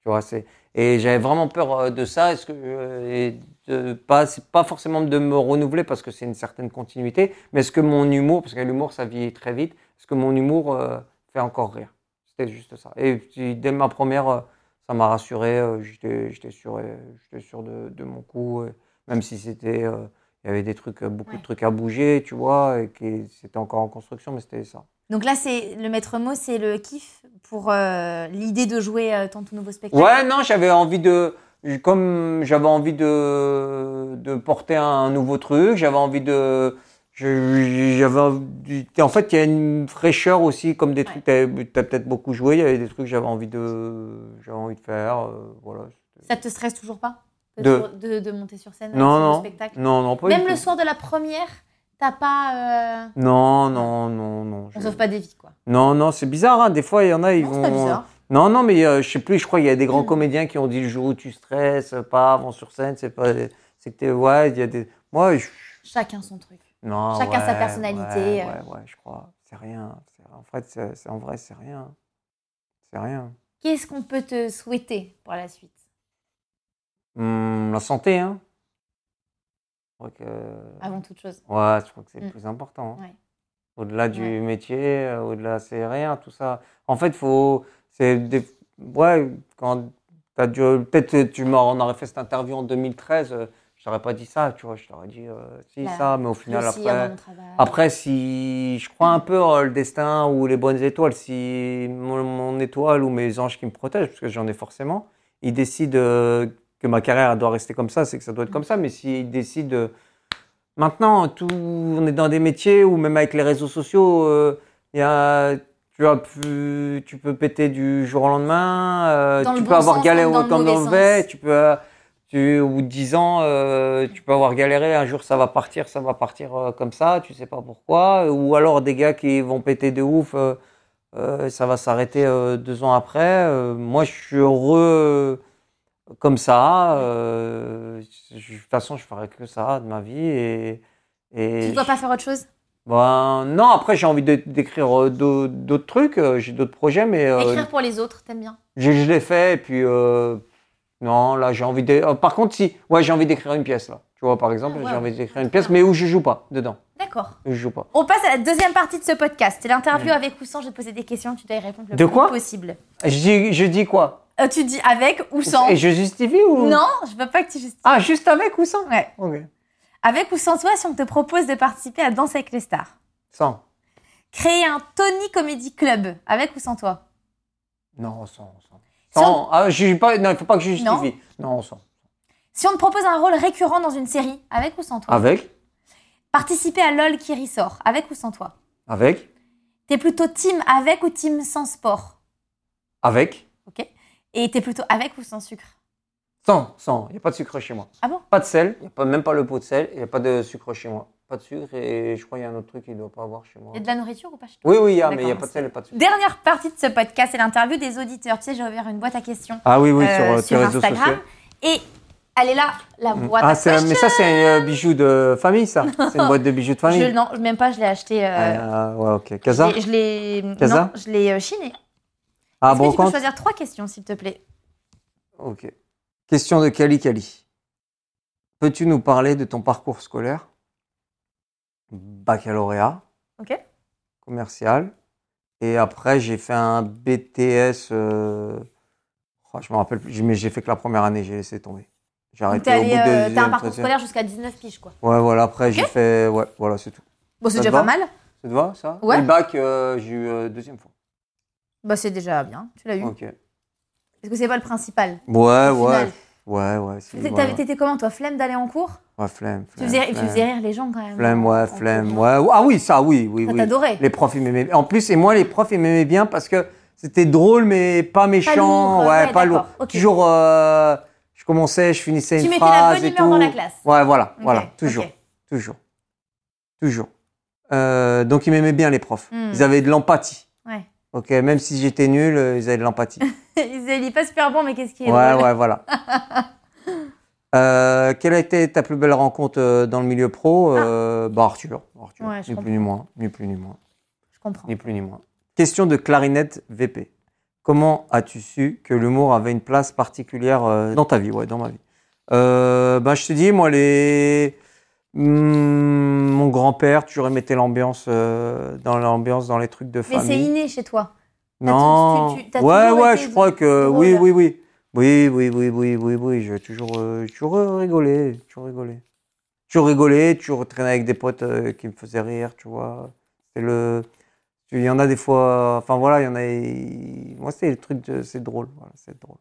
B: Tu vois, c'est... Et j'avais vraiment peur euh, de ça. Est-ce que euh, et de pas, c'est pas forcément de me renouveler parce que c'est une certaine continuité, mais est-ce que mon humour, parce que l'humour, ça vieillit très vite, est-ce que mon humour euh, fait encore rire C'était juste ça. Et puis, dès ma première, euh, ça m'a rassuré. euh, j'étais, j'étais sûr, euh, j'étais sûr de, de mon coup, euh, même si c'était, euh, il y avait des trucs, euh, beaucoup de
A: Ouais.
B: trucs à bouger, tu vois, et qui c'était encore en construction, mais c'était ça.
A: Donc là, c'est le maître mot, c'est le kiff pour euh, l'idée de jouer euh, ton tout nouveau spectacle.
B: Ouais, non, j'avais envie de. Comme j'avais envie de, de porter un nouveau truc, j'avais envie de. je- J'avais envie- en fait, il y a une fraîcheur aussi, comme des trucs, t'as as, peut-être beaucoup joué, il y avait des trucs que j'avais envie de, j'avais envie de faire, euh, voilà.
A: Ça te stresse toujours pas
B: De-
A: de, de monter sur scène
B: Non,
A: sur le
B: non.
A: spectacle
B: Non, non, pas du
A: Même le
B: tout.
A: soir de la première, t'as pas. euh,
B: Non, non, non, non.
A: On
B: je-
A: sauve pas des vies, quoi.
B: Non, non, c'est bizarre, hein, des fois, il y en a, ils
A: Non, c'est
B: vont.
A: pas bizarre.
B: Non, non,
A: Mm.
B: mais euh, je sais plus, je crois qu'il y a des grands comédiens qui ont dit le jour où tu stresses, pas avant sur scène, c'est pas, C'est que, ouais, il y a des. Moi, je.
A: Chacun son truc.
B: Non.
A: Chacun sa
B: ouais,
A: personnalité,
B: Ouais,
A: euh.
B: ouais, ouais, je crois. C'est rien. C'est- En fait, c'est c'est- en vrai, c'est rien. C'est rien.
A: Qu'est-ce qu'on peut te souhaiter pour la suite
B: Hum, la santé, hein. Je crois que.
A: Avant toute chose.
B: Ouais, je crois que c'est le
A: Mm.
B: plus important. hein.
A: Ouais.
B: Au-delà du
A: Ouais.
B: métier, euh, au-delà, c'est rien, tout ça. En fait, faut. C'est des. Ouais, quand. t'as dû- Peut-être euh, tu m'aurais- on aurait fait cette interview en 2013, euh, je t'aurais pas dit ça, tu vois, je t'aurais dit euh, si,
A: Là,
B: ça, mais au final,
A: Réussir
B: après.
A: dans mon travail.
B: Après, si je crois un peu en le destin ou les bonnes étoiles, si mon, mon étoile ou mes anges qui me protègent, parce que j'en ai forcément, ils décident euh, que ma carrière elle doit rester comme ça, c'est que ça
A: Mm.
B: doit être comme ça. Mais s'ils décident. euh, maintenant, tout, on est dans des métiers où même avec les réseaux sociaux, euh, il y a. Tu, vois, plus- tu peux péter du jour au lendemain, euh,
A: Dans le
B: tu
A: bon
B: peux avoir
A: sens
B: galéré
A: comme dans le
B: comme dans le
A: mauvais
B: mauvais,
A: sens.
B: tu peux tu, au bout de 10 ans, euh, tu peux avoir galéré, un jour ça va partir, ça va partir euh, comme ça, tu sais pas pourquoi. Ou alors des gars qui vont péter de ouf, euh, euh, ça va s'arrêter euh, deux ans après. Euh, moi, je suis heureux euh, comme ça. euh, je- de toute façon, je ferai que ça de ma vie. Et, et
A: Tu ne dois pas faire autre chose
B: ben, non, après, j'ai envie de- d'écrire euh, d'au- d'autres trucs, euh, j'ai d'autres projets, mais euh,
A: Écrire pour les autres, t'aimes bien
B: je, je l'ai fait, et puis euh, non, là j'ai envie de. euh, par contre, si, ouais, j'ai envie d'écrire une pièce là. Tu vois, par exemple,
A: Ah, ouais.
B: j'ai envie d'écrire une
A: Très
B: pièce, mais où je joue pas dedans.
A: D'accord.
B: Où je joue pas.
A: On passe à la deuxième partie de ce podcast. C'est l'interview
B: Mm.
A: avec ou sans. Je vais te poser des questions, tu dois y répondre le
B: De
A: plus
B: quoi
A: possible.
B: Je dis, je dis quoi
A: Euh, tu dis avec ou sans
B: Et je justifie ou
A: hein? Non, je veux pas que tu justifies.
B: Ah, juste avec ou sans
A: Ouais.
B: Ok.
A: Avec ou sans toi, si on te propose de participer à Danse avec les stars.
B: Sans.
A: Créer un Tony Comedy Club, avec ou sans toi
B: Non, sans. Sans.
A: Sans.
B: sans. Ah, je juge pas. Non, il faut pas que je justifie. Non, sans.
A: Si on te propose un rôle récurrent dans une série, avec ou sans toi
B: Avec
A: Participer à LOL qui ressort, avec ou sans toi
B: Avec
A: T'es plutôt team avec ou team sans sport
B: Avec
A: Ok Et t'es plutôt avec ou sans sucre
B: Sans. Sans. Il n'y a pas de sucre chez moi.
A: Ah bon
B: Pas de sel. Il n'y a pas, même pas le pot de sel. Il n'y a pas de sucre chez moi. Pas de sucre et je crois qu'il y a un autre truc qu'il ne doit pas avoir chez moi.
A: Il y a de la nourriture ou pas chez toi
B: Oui, oui, il y a, mais il n'y a
A: D'accord,
B: pas de sel et pas de sucre.
A: Dernière partie de ce podcast, c'est l'interview des auditeurs. Tu sais, j'ai ouvert une boîte à questions
B: Ah oui, oui,
A: euh,
B: sur, euh, tes
A: sur
B: réseaux
A: Instagram.
B: sociaux.
A: Et elle est là, la boîte
B: Ah,
A: à
B: c'est un-
A: questions.
B: mais ça, c'est un euh, bijou de famille, ça. C'est une boîte de bijoux de
A: Je,
B: famille.
A: non, même pas, je l'ai acheté. euh,
B: Ah, ouais, ok. Casa
A: je l'ai. je l'ai-
B: Casa
A: Non, je l'ai euh, chiné.
B: Ah,
A: Est-ce que
B: bon
A: tu peux
B: compte
A: choisir trois questions, s'il te plaît
B: Ok. Question de Cali Cali. Peux-tu nous parler de ton parcours scolaire Baccalauréat.
A: Ok.
B: Commercial. Et après, j'ai fait un BTS. euh, oh, je me rappelle plus, mais j'ai fait que la première année, j'ai laissé tomber. J'ai
A: Donc,
B: arrêté
A: T'es
B: au bout
A: allé,
B: de
A: euh, t'as
B: deuxième,
A: un parcours
B: troisième.
A: scolaire jusqu'à 19 piges, quoi.
B: Ouais, voilà, après, j'ai fait. Ouais, voilà, c'est tout.
A: Bon, c'est
B: Ça te
A: déjà pas
B: va
A: mal.
B: Ça te va, ça
A: Ouais.
B: Et Le bac, euh, j'ai eu euh, deuxième fois.
A: Bah, c'est déjà bien. Tu l'as eu.
B: Ok.
A: Est-ce que c'est pas le principal
B: Ouais,
A: Au final.
B: ouais. Ouais, ouais. si,
A: T'étais
B: ouais,
A: t'avais-
B: ouais.
A: t'étais comment, toi Flemme d'aller en cours
B: Ouais, flemme,
A: tu
B: flemme.
A: faisais, tu
B: flemme.
A: faisais rire les gens quand même.
B: Flemme,
A: en- en
B: ouais,
A: cours.
B: flemme. Ouais. Ah oui, ça, oui, oui,
A: Ça
B: oui.
A: t'adorait.
B: Les profs, ils m'aimaient. En plus, et moi, les profs, ils m'aimaient bien parce que c'était drôle, mais pas méchant.
A: lourd, ah ouais,
B: pas lourd.
A: d'accord, ok.
B: Toujours, euh, je commençais, je finissais
A: Tu
B: une
A: mettais la
B: phrase
A: bonne
B: et
A: humeur
B: tout.
A: dans la classe.
B: Ouais, voilà,
A: Ok,
B: voilà, toujours.
A: ok.
B: Toujours. Toujours. Euh, donc, ils m'aimaient bien, les profs.
A: Hmm.
B: Ils avaient de l'empathie.
A: Ouais.
B: Ok, même si j'étais nul, euh, ils avaient de l'empathie.
A: Ils disaient, il est pas super bon, mais qu'est-ce qui est
B: ouais,
A: drôle
B: ouais, voilà. Euh, quelle a été ta plus belle rencontre euh, dans le milieu pro Euh, Bah Arthur, Arthur.
A: Ah. Ouais, je
B: ni
A: comprends.
B: plus ni moins, ni plus ni moins,
A: Je comprends.
B: ni plus ni moins. Question de clarinette VP. Comment as-tu su que l'humour avait une place particulière euh, dans ta vie, ouais, dans ma vie euh, Ben je te dis, moi les, Hmm, mon grand-père, toujours aimait l'ambiance euh, dans l'ambiance dans les trucs de
A: Mais
B: famille.
A: c'est inné chez toi. T'as
B: Non.
A: tout- tu- tu- t'as
B: ouais,
A: toujours
B: ouais,
A: été
B: je crois que
A: drôle. euh,
B: oui, oui, oui. Oui, oui, oui, oui, oui, oui. J'ai toujours, euh, j'ai toujours euh, rigolé, j'ai toujours rigolé. J'ai Toujours rigolé, toujours traîné avec des potes euh, qui me faisaient rire, tu vois. C'est le. Il y en a des fois. Enfin voilà, il y en a. Moi, c'est le truc, de- c'est drôle. Voilà, c'est drôle.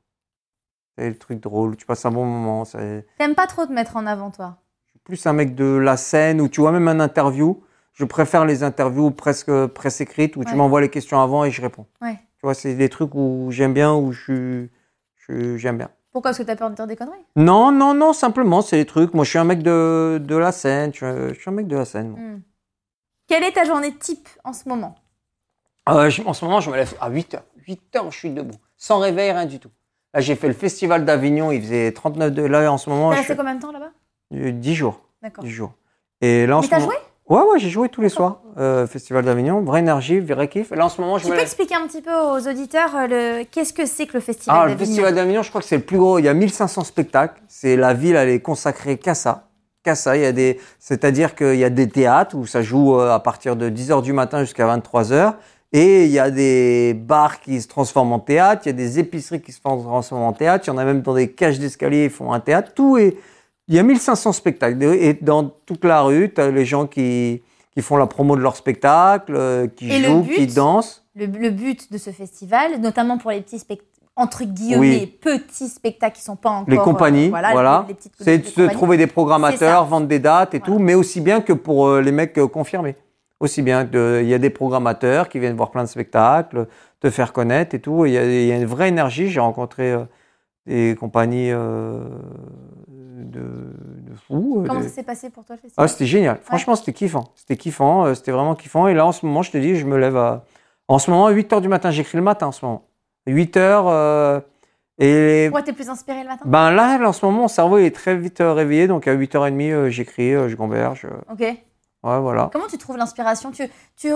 B: C'est le truc drôle. Tu passes un bon moment. c'est-
A: T'aimes pas trop te mettre en avant, toi.
B: Je suis plus un mec de la scène ou tu vois même un interview. Je préfère les interviews presque presse écrite où tu
A: Ouais.
B: m'envoies les questions avant et je réponds.
A: Ouais.
B: Tu vois, c'est des trucs où j'aime bien, où je suis- je- j'aime bien.
A: Pourquoi Parce que t'as peur de dire des conneries
B: Non, non, non, simplement, c'est des trucs. Moi, je suis un mec de, de la scène. Je, je suis un mec de la scène. moi.
A: Hmm. Quelle est ta journée type en ce moment
B: Euh, je- en ce moment, je me lève à 8 heures. 8 heures, je suis debout. Sans réveil, rien du tout. Là, j'ai fait le festival d'Avignon. Il faisait 39 degrés. Là, en ce moment,
A: T'es
B: je
A: resté
B: suis
A: combien de temps là-bas
B: euh, 10 jours.
A: D'accord.
B: 10 jours. Et là, en
A: Mais
B: ce
A: t'as
B: moment-
A: joué
B: Ouais, ouais, j'ai joué tous les soirs. euh, Festival d'Avignon, vraie énergie, vrai kiff. Et là, en ce moment, je
A: Tu
B: me
A: peux
B: la-
A: expliquer un petit peu aux auditeurs euh, le qu'est-ce que c'est que le festival
B: Ah, le
A: d'Avignon
B: Festival d'Avignon, je crois que c'est le plus gros. Il y a 1500 spectacles. C'est la ville, elle est consacrée qu'à ça. Qu'à ça. Il y a des, c'est-à-dire qu'il y a des théâtres où ça joue euh, à partir de 10 heures du matin jusqu'à 23 heures. Et il y a des bars qui se transforment en théâtre. Il y a des épiceries qui se transforment en théâtre. Il y en a même dans des cages d'escalier, ils font un théâtre. Tout est, il y a 1500 spectacles. Et dans toute la rue, t'as les gens qui, qui font la promo de leur spectacle, euh, qui
A: Et le
B: jouent,
A: but
B: qui dansent.
A: le, le but de ce festival, notamment pour les petits spectacles entre guillemets
B: Oui.
A: petits spectacles qui sont pas encore
B: les compagnies,
A: euh,
B: voilà,
A: les- les petites
B: c'est
A: les
B: de
A: compagnies.
B: trouver des programmateurs,
A: C'est ça.
B: vendre des dates et
A: Voilà.
B: tout, mais aussi bien que pour euh, les mecs euh, confirmés. Aussi bien, de- il y a des programmateurs qui viennent voir plein de spectacles, te faire connaître et tout. et Il y a, il y a une vraie énergie. J'ai rencontré euh, des compagnies euh, de, de fous. euh,
A: Comment
B: des-
A: ça s'est passé pour toi le festival
B: ah, c'était génial. Franchement, c'était kiffant. C'était kiffant. euh, C'était vraiment kiffant. Et là, en ce moment, je te dis, je me lève à. En ce moment, 8 h du matin. J'écris le matin en ce moment. 8 h. et
A: Pourquoi t'es plus inspiré le matin
B: ben là, là, en ce moment, mon cerveau il est très vite euh, réveillé, donc à 8h30, euh, j'écris, euh, je gamberge. euh,
A: Ok.
B: ouais, voilà.
A: Comment tu trouves l'inspiration tu, tu,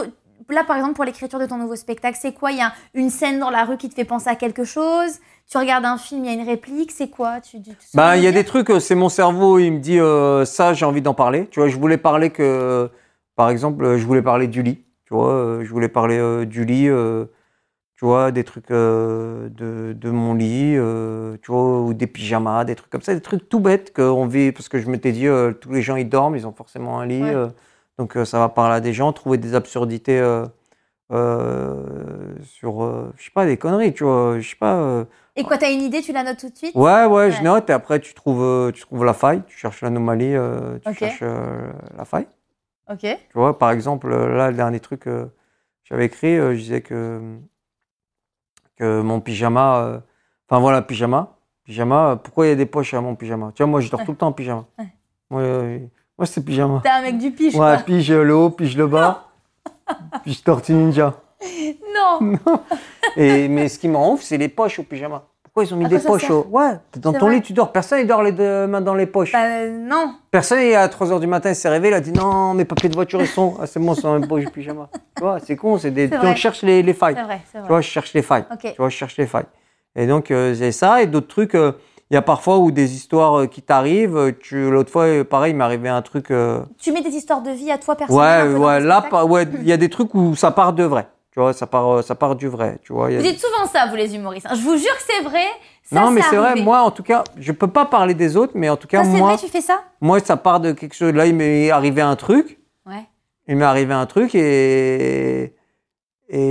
A: Là, par exemple, pour l'écriture de ton nouveau spectacle, c'est quoi Il y a une scène dans la rue qui te fait penser à quelque chose Tu regardes un film, il y a une réplique, c'est quoi tu, tu- tu sais
B: Ben,
A: me
B: il y a
A: dire
B: des trucs, euh, c'est mon cerveau, il me dit euh, ça, j'ai envie d'en parler. Tu vois, je voulais parler que, par exemple, euh, je voulais parler du lit. Tu vois, euh, je voulais parler euh, du lit, euh, tu vois, des trucs euh, de, de mon lit, euh, tu vois, ou des pyjamas, des trucs comme ça, des trucs tout bêtes qu'on vit, parce que je m'étais dit, euh, tous les gens, ils dorment, ils ont forcément un lit,
A: Ouais.
B: euh, donc euh, ça va parler à des gens, trouver des absurdités euh, euh, sur, euh, je sais pas, des conneries, tu vois, je sais pas. euh,
A: Et quoi, t'as une idée, tu la notes tout de suite
B: Ouais, ouais, je
A: Ouais.
B: note et après tu trouves, euh, tu trouves la faille, tu cherches l'anomalie, euh, tu
A: Ok.
B: cherches euh, la faille.
A: Ok.
B: Tu vois, par exemple, euh, là, le dernier truc que j'avais écrit, euh, je disais que, que mon pyjama, euh, enfin voilà, pyjama, pyjama, euh, pourquoi il y a des poches à mon pyjama Tu vois, moi je dors tout le temps en pyjama.
A: Ouais.
B: Moi, euh, moi c'est pyjama.
A: T'es un mec du piche,
B: Ouais, pige le haut, pige le bas, pige tortue ninja.
A: quoi. Non
B: Et, mais ce qui me rend ouf, c'est les poches au pyjama. Pourquoi ils ont mis
A: À
B: des
A: quoi ça
B: poches
A: sert
B: au... Ouais, t'es dans
A: C'est
B: ton
A: vrai.
B: lit, tu dors. Personne, il dort les deux mains dans les poches.
A: Bah, euh, non
B: Personne, il est à 3h du matin, il s'est réveillé, il a dit non, mes papiers de voiture, ils sont. Ah, c'est bon, c'est dans les poches du pyjama. Tu vois, c'est con, c'est des.
A: C'est
B: Donc,
A: vrai.
B: je cherche les, les failles.
A: C'est vrai, c'est
B: Tu
A: vrai.
B: vois, je cherche les failles.
A: Ok.
B: Tu vois, je cherche les failles. Et donc, euh, c'est ça. Et d'autres trucs, euh, il y a parfois où des histoires euh, qui t'arrivent. euh, Tu... L'autre fois, euh, pareil, il m'est arrivé un truc. euh,
A: Tu mets des histoires de vie à toi
B: Ouais,
A: personnellement.
B: ouais, là, par- ouais, il y a des trucs où ça part de vrai. Tu vois, ça part, euh, ça part du vrai. Tu vois, il y a
A: Vous
B: des-
A: dites souvent ça, vous les humoristes. hein. Je vous jure que c'est vrai. Ça,
B: non, mais c'est vrai,
A: arrivé.
B: moi, en tout cas, je peux pas parler des autres, mais en tout cas,
A: Toi, c'est
B: moi,
A: vrai, tu fais ça
B: moi, ça part de quelque chose. Là, il m'est arrivé un truc.
A: Ouais.
B: Il m'est arrivé un truc et.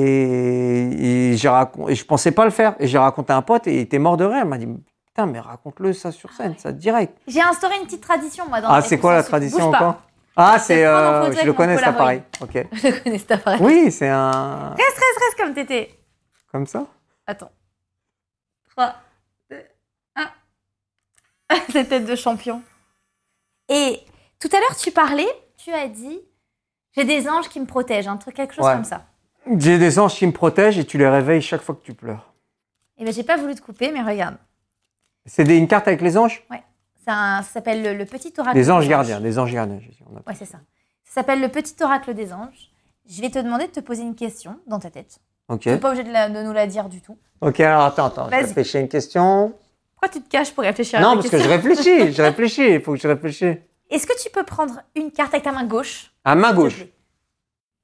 B: Et, et j'ai racon- et je pensais pas le faire. Et j'ai raconté à un pote et il était mort de rire. Il m'a dit Putain, mais raconte-le ça sur scène,
A: Ah
B: ça direct.
A: J'ai instauré une petite tradition, moi, dans
B: ah,
A: le
B: c'est
A: Récit
B: quoi la
A: Sensu.
B: tradition
A: Bouge pas.
B: encore Ah,
A: C'est
B: c'est.
A: prendre en
B: euh,
A: photo
B: je
A: avec
B: le
A: mon
B: connais, ça,
A: Polaroid.
B: pareil. Ok.
A: Je le connais, c'est appareil.
B: Oui, c'est un.
A: Reste, reste, reste comme t'étais.
B: Comme ça
A: Attends. 3, 2, 1. Cette tête de champion. Et tout à l'heure, tu parlais, tu as dit J'ai des anges qui me protègent, un truc, quelque chose
B: Ouais.
A: comme ça.
B: J'ai des anges qui me protègent et tu les réveilles chaque fois que tu pleures.
A: Et bien, Eh ben, j'ai pas voulu te couper, mais regarde.
B: C'est des- une carte avec les anges
A: C'est un- ça s'appelle le, le petit oracle.
B: Des anges gardiens, des anges gardiens. j'ai dit, on a-
A: Ouais, c'est ça. Ça s'appelle le petit oracle des anges. Je vais te demander de te poser une question dans ta tête.
B: Ok.
A: Tu n'es pas obligé de, la- de nous la dire du tout.
B: Ok, alors attends, attends, je
A: Vas-y.
B: réfléchis à une question.
A: Pourquoi tu te caches pour réfléchir à
B: Non,
A: la
B: parce que je
A: question
B: réfléchis, je réfléchis, il faut que je réfléchisse.
A: Est-ce que tu peux prendre une carte avec ta main gauche
B: À main
A: s'il te
B: gauche.
A: plaît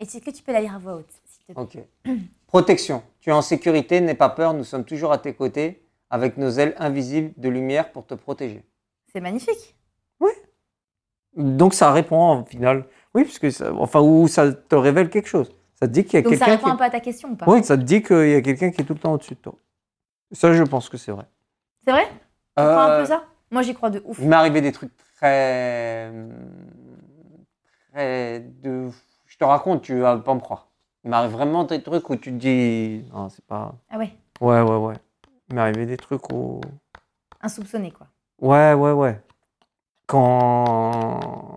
A: Et est-ce que tu peux la lire à voix haute s'il te plaît
B: Ok. Protection. Tu es en sécurité, n'aie pas peur, nous sommes toujours à tes côtés, avec nos ailes invisibles de lumière pour te protéger.
A: C'est magnifique.
B: Donc ça répond en final. Oui, parce que ça, enfin, ou ça te révèle quelque chose. Ça te dit qu'il y a
A: Donc ça
B: quelqu'un
A: répond
B: qui.
A: un peu à ta question ou pas
B: Oui, ça te dit qu'il y a quelqu'un qui est tout le temps au-dessus de toi. Ça, je pense que c'est vrai.
A: C'est vrai Tu crois un
B: Euh,
A: peu ça Moi j'y crois de ouf.
B: Il m'est arrivé des trucs très. très. de. Je te raconte, tu vas pas me croire. Il m'arrive vraiment des trucs où tu te dis. Non, c'est pas.
A: Ah ouais,
B: Ouais, ouais, ouais. Il m'est arrivé des trucs où.
A: insoupçonné quoi.
B: Ouais, ouais, ouais. Quand.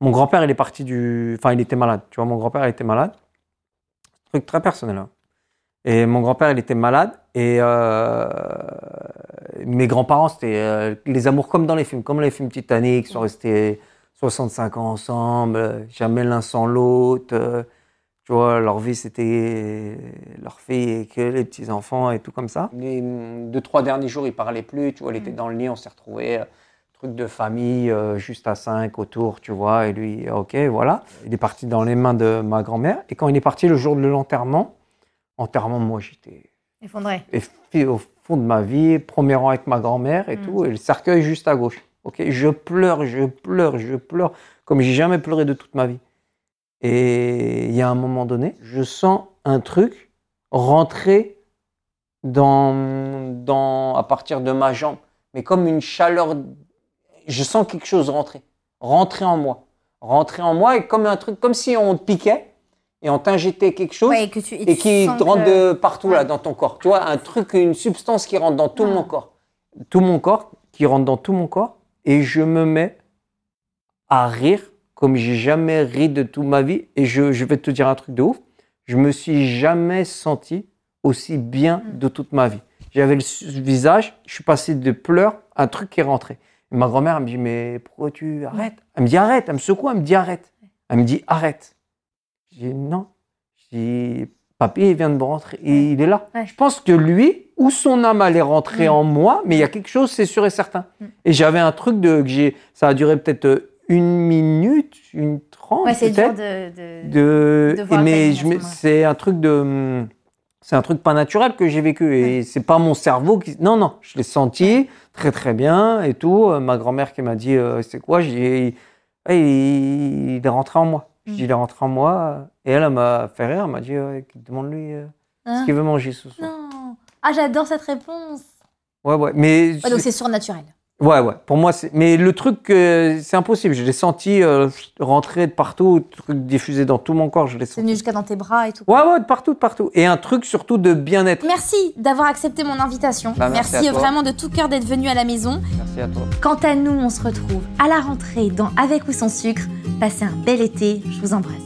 B: Mon grand-père, il est parti du. Enfin, il était malade. Tu vois, mon grand-père, il était malade. Truc très personnel. hein. Et mon grand-père, il était malade. Et euh, mes grands-parents, c'était euh, les amours comme dans les films, comme les films Titanic, ils sont restés 65 ans ensemble, euh, jamais l'un sans l'autre. euh, Tu vois, leur vie, c'était leur fille et que les petits-enfants et tout comme ça. Mm. Les mm, deux, trois derniers jours, il parlait plus. Tu vois, il était dans le lit, on s'est retrouvés. euh, Truc de famille, euh, juste à cinq autour, tu vois. Et lui, ok, voilà. Il est parti dans les mains de ma grand-mère. Et quand il est parti le jour de l'enterrement, enterrement, moi, j'étais
A: Effondré.
B: et fi- au fond de ma vie, premier rang avec ma grand-mère et
A: Mm.
B: tout, et le cercueil juste à gauche. Ok, je pleure, je pleure, je pleure, comme j'ai jamais pleuré de toute ma vie. Et il y a un moment donné, je sens un truc rentrer dans, dans, à partir de ma jambe, mais comme une chaleur. Je sens quelque chose rentrer, rentrer en moi, rentrer en moi, et comme un truc, comme si on te piquait et on t'injectait quelque chose
A: Ouais, et que tu, et
B: et
A: tu
B: qui
A: sens
B: te rentre
A: que-
B: de partout là dans ton corps. Tu vois, un truc, une substance qui rentre dans tout
A: Ouais.
B: mon corps, tout mon corps, qui rentre dans tout mon corps, et je me mets à rire comme j'ai jamais ri de toute ma vie. Et je, je vais te dire un truc de ouf. Je me suis jamais senti aussi bien
A: Mm.
B: de toute ma vie. J'avais le su- visage, je suis passé de pleurs, à un truc qui est rentré. Et ma grand-mère elle me dit mais pourquoi tu arrêtes Elle me dit arrête, elle me secoue, elle me dit arrête. Elle me dit arrête. J'ai dit non. J'ai dit papy il vient de me rentrer, Et il est là.
A: Ouais.
B: Je pense que lui ou son âme allait rentrer
A: Mm.
B: en moi, mais il y a quelque chose c'est sûr et certain.
A: Mm.
B: Et j'avais un truc de que j'ai, ça a duré peut-être une minute, une trente
A: Ouais, c'est
B: peut-être
A: dur de. de-
B: de,
A: de voir
B: et mais
A: Ryan à
B: je
A: ce
B: me-
A: moment-là.
B: c'est un truc de hum, c'est un truc pas naturel que j'ai vécu et c'est pas mon cerveau qui non non je l'ai senti très très bien et tout Euh, ma grand-mère qui m'a dit euh, c'est quoi j'ai Ouais, il, il est rentré en moi je dis
A: Mm.
B: il est rentré en moi et elle, elle m'a fait rire elle m'a dit euh, demande lui
C: Ah.
A: Hein
B: ce qu'il veut manger ce soir
C: Non. Ah, j'adore cette réponse.
B: ouais ouais mais
A: Ouais, donc c'est surnaturel.
B: Ouais, ouais. Pour moi, c'est. Mais le truc, euh, c'est impossible. Je l'ai senti euh, rentrer de partout, le truc diffusé dans tout mon corps. Je l'ai
A: C'est
B: senti.
A: venu jusqu'à dans tes bras et tout.
B: Ouais, ouais, de partout, de partout. Et un truc surtout de bien-être.
C: Merci d'avoir accepté mon invitation.
B: Bah, merci à toi.
C: vraiment de tout cœur d'être venu à la maison.
B: Merci à toi.
C: Quant à nous, on se retrouve à la rentrée dans Avec ou sans sucre. Passez un bel été. Je vous embrasse.